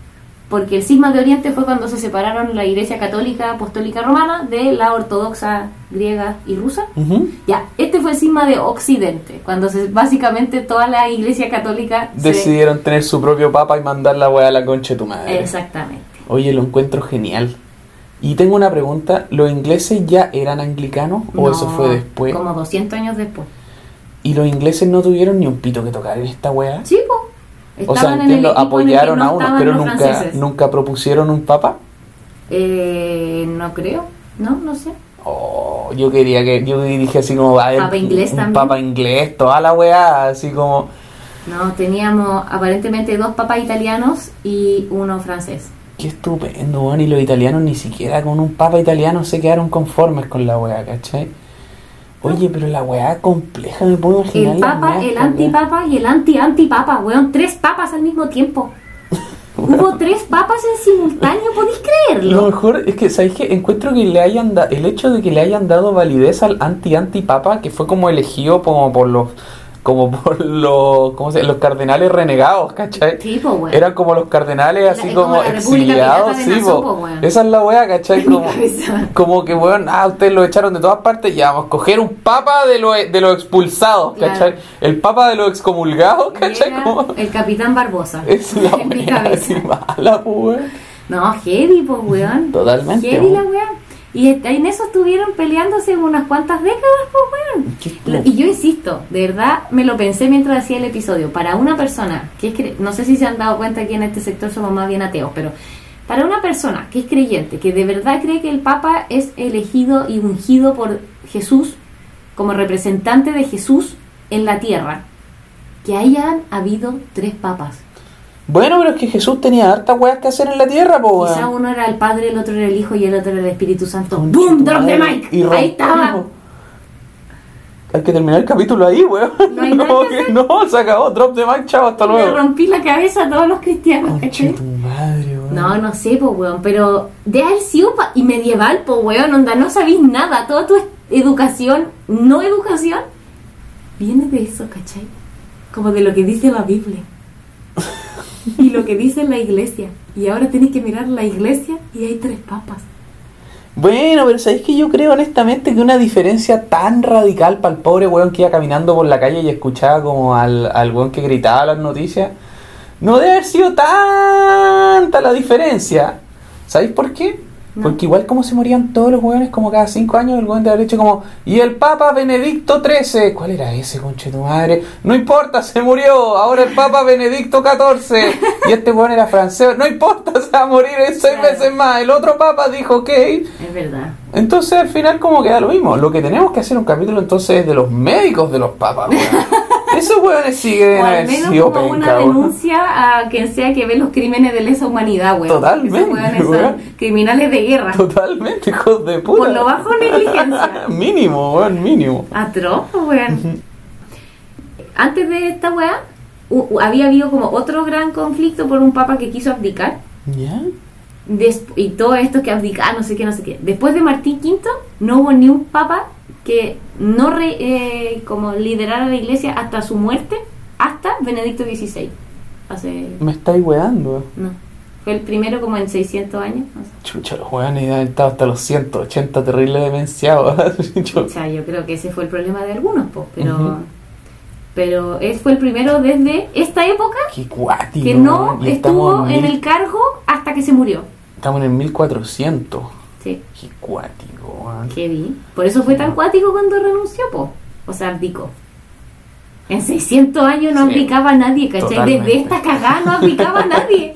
B: porque el cisma de Oriente fue cuando se separaron la Iglesia Católica Apostólica Romana de la Ortodoxa griega y rusa.
A: Ujú.
B: Ya, este fue el cisma de Occidente, cuando se- básicamente toda la Iglesia Católica se-
A: Decidieron tener su propio papa y mandar la weá a la concha de tu madre.
B: Exactamente.
A: Oye, lo encuentro genial. Y tengo una pregunta, ¿los ingleses ya eran anglicanos o eso
B: No,
A: fue después?
B: Como 200 años después.
A: Y los ingleses no tuvieron ni un pito que tocar en esta weá.
B: Sí, po.
A: o sea,
B: Estaban en el
A: entiendo,
B: equipo en el que
A: apoyaron
B: no
A: a uno,
B: estaban
A: pero
B: los
A: nunca,
B: franceses.
A: nunca propusieron un papa.
B: Eh, no creo, no, no sé.
A: Oh, yo quería que, yo dije así como, va a haber
B: Papa inglés
A: un
B: también.
A: papa inglés, toda la weá, así como,
B: No, teníamos aparentemente dos papas italianos y uno francés.
A: qué estupendo, weón. Y los italianos ni siquiera con un papa italiano se quedaron conformes con la weá, ¿cachai? Oye, pero la weá compleja, me puedo imaginar.
B: El
A: las
B: papa,
A: meas
B: el
A: cagadas.
B: antipapa y el anti-antipapa, weón, tres papas al mismo tiempo.
A: *laughs*
B: Hubo tres papas en simultáneo, ¿podéis
A: Lo
B: creerlo?
A: mejor es que, ¿sabéis qué? Encuentro que le hayan da- el hecho de que le hayan dado validez al anti-antipapa, que fue como elegido como por los como por los, ¿cómo se llama? los cardenales renegados, ¿cachai?
B: Sí, po, weón.
A: Eran como los cardenales
B: La-
A: así
B: es
A: como,
B: como la República
A: exiliados,
B: Pirata de
A: sí, po.
B: Nassau, po, weón.
A: Esa es la weá, ¿cachai?
B: En mi
A: Como,
B: cabeza.
A: como que, weón, ah, ustedes lo echaron de todas partes, ya vamos a coger un papa de los de los expulsados,
B: Claro.
A: ¿cachai? El papa de los excomulgados, ¿cachai?
B: Era
A: Como,
B: el Capitán Barbosa.
A: *laughs* es la
B: *laughs* en mi
A: weá,
B: cabeza.
A: así mala, po, weón.
B: No, heavy, pues, weón.
A: Totalmente,
B: Heavy la
A: weón.
B: weón. Y est- en eso estuvieron peleándose unas cuantas décadas, pues,
A: Qué
B: weón.
A: loco.
B: Y yo insisto, de verdad me lo pensé mientras hacía el episodio. Para una persona que es cre- no sé si se han dado cuenta que en este sector somos más bien ateos, pero para una persona que es creyente, que de verdad cree que el Papa es elegido y ungido por Jesús como representante de Jesús en la tierra, que hayan habido tres papas.
A: Bueno, pero es que Jesús tenía hartas weas que hacer en la tierra, po,
B: Quizá
A: weón.
B: uno era el Padre, el otro era el Hijo y el otro era el Espíritu Santo. ¡Boom! ¡Drop de Mike!
A: Y
B: Ahí estaba.
A: rompimos. Hay que terminar el capítulo ahí, weón.
B: No hay
A: *laughs*
B: nada
A: Como
B: que
A: que
B: hacer.
A: no, se acabó. Drop the mic, chao, hasta
B: Le
A: luego.
B: rompí la cabeza a todos los cristianos.
A: Conche
B: ¿cachai?
A: tu madre, weón.
B: No, no sé, po, weón. Pero de al siupa y medieval, po, weón. Onda, no sabís nada. Toda tu es- educación, no educación, viene de eso, ¿cachai? Como de lo que dice la Biblia. Y lo que dice la iglesia. Y ahora tenés que mirar la iglesia y hay tres papas.
A: Bueno, pero sabéis que yo creo honestamente que una diferencia tan radical para el pobre weón que iba caminando por la calle y escuchaba como al, al weón que gritaba las noticias, no debe haber sido tanta la diferencia. ¿Sabéis por qué?
B: No.
A: Porque igual como se morían todos los weones como cada cinco años, el weón de haber hecho como, y el Papa Benedicto XIII, ¿cuál era ese conche tu madre? No importa, se murió, ahora el Papa Benedicto XIV, y este weón era francés, no importa, se va a morir en seis
B: Claro.
A: meses más, el otro Papa dijo, ok,
B: Es verdad.
A: entonces al final como queda lo mismo. Lo que tenemos que hacer un capítulo entonces es de los médicos de los papas,
B: *laughs*
A: weón. Esos weones siguen oh,
B: O al menos
A: sido
B: como una
A: penca, weón.
B: denuncia a quien sea que ve los crímenes de lesa humanidad, weón.
A: Totalmente,
B: Esos weones son
A: weón.
B: criminales de guerra.
A: Totalmente, hijos de puta.
B: Por lo bajo negligencia.
A: *laughs* mínimo, weón,
B: *laughs*
A: mínimo.
B: Atroz, weón. Antes de esta weá, u- u- había habido como otro gran conflicto por un papa que quiso abdicar.
A: ¿Ya?
B: Des- y todo esto que abdicar, no sé qué, no sé qué. Después de Martín V, no hubo ni un papa que no re- eh, como liderara la iglesia hasta su muerte, hasta Benedicto XVI. Hace
A: Me estáis weando. weón.
B: No. Fue el primero como en 600 años. no sé.
A: Chucha, los weones han estado hasta los 180 terribles demenciados. *laughs* así,
B: O
A: yo-
B: sea, yo creo que ese fue el problema de algunos, po, pero...
A: Ujú.
B: Pero él fue el primero desde esta época
A: Qué cuático.
B: que no
A: weón. Y
B: estuvo
A: estamos
B: en
A: mil-
B: el cargo hasta que se murió.
A: Estamos en el 1400.
B: Sí,
A: Qué cuático, weón.
B: que vi. Por eso fue tan cuático cuando renunció, po. O sea, abdicó. En 600 años no
A: Sí.
B: aplicaba a nadie, ¿cachai?
A: Totalmente.
B: Desde esta cagada
A: *laughs*
B: no aplicaba a nadie.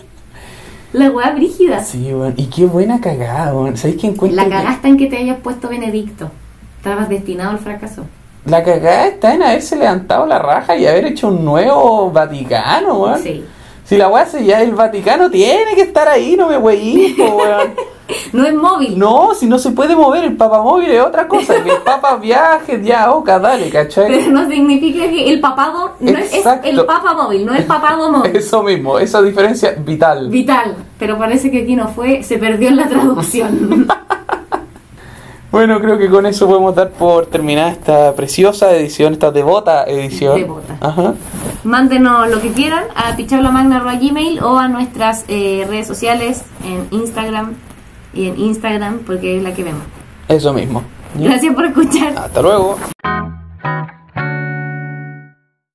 B: La weá brígida.
A: Sí, weón. Y qué buena cagada, weón. ¿Sabéis que encuentro
B: La
A: que-
B: cagaste en que te hayas puesto Benedicto. Estabas destinado al fracaso.
A: La cagada está en haberse levantado la raja y haber hecho un nuevo Vaticano, weón.
B: Sí.
A: Si la weá se ya el Vaticano tiene que estar ahí, no me weí, po,
B: *laughs*
A: weón.
B: No es móvil. *laughs*
A: No, si no se puede mover, el Papa Móvil es otra cosa. Que el Papa viaje, ya, oca, dale,
B: Pero
A: ¿cachai?
B: no significa que el papado no es, es
A: Exacto.
B: el papa móvil, *laughs* no el
A: *laughs*
B: papado móvil.
A: Eso mismo, esa diferencia vital.
B: Vital. Pero parece que aquí no fue, se perdió en
A: *laughs*
B: la traducción.
A: Bueno, creo que con eso podemos dar por terminada esta preciosa edición, esta devota edición.
B: Devota.
A: Ajá.
B: Mándenos lo que quieran a pichablamagna.gmail o a nuestras eh, redes sociales en Instagram y en Instagram porque es la que vemos.
A: Eso mismo.
B: Gracias por escuchar.
A: Hasta luego.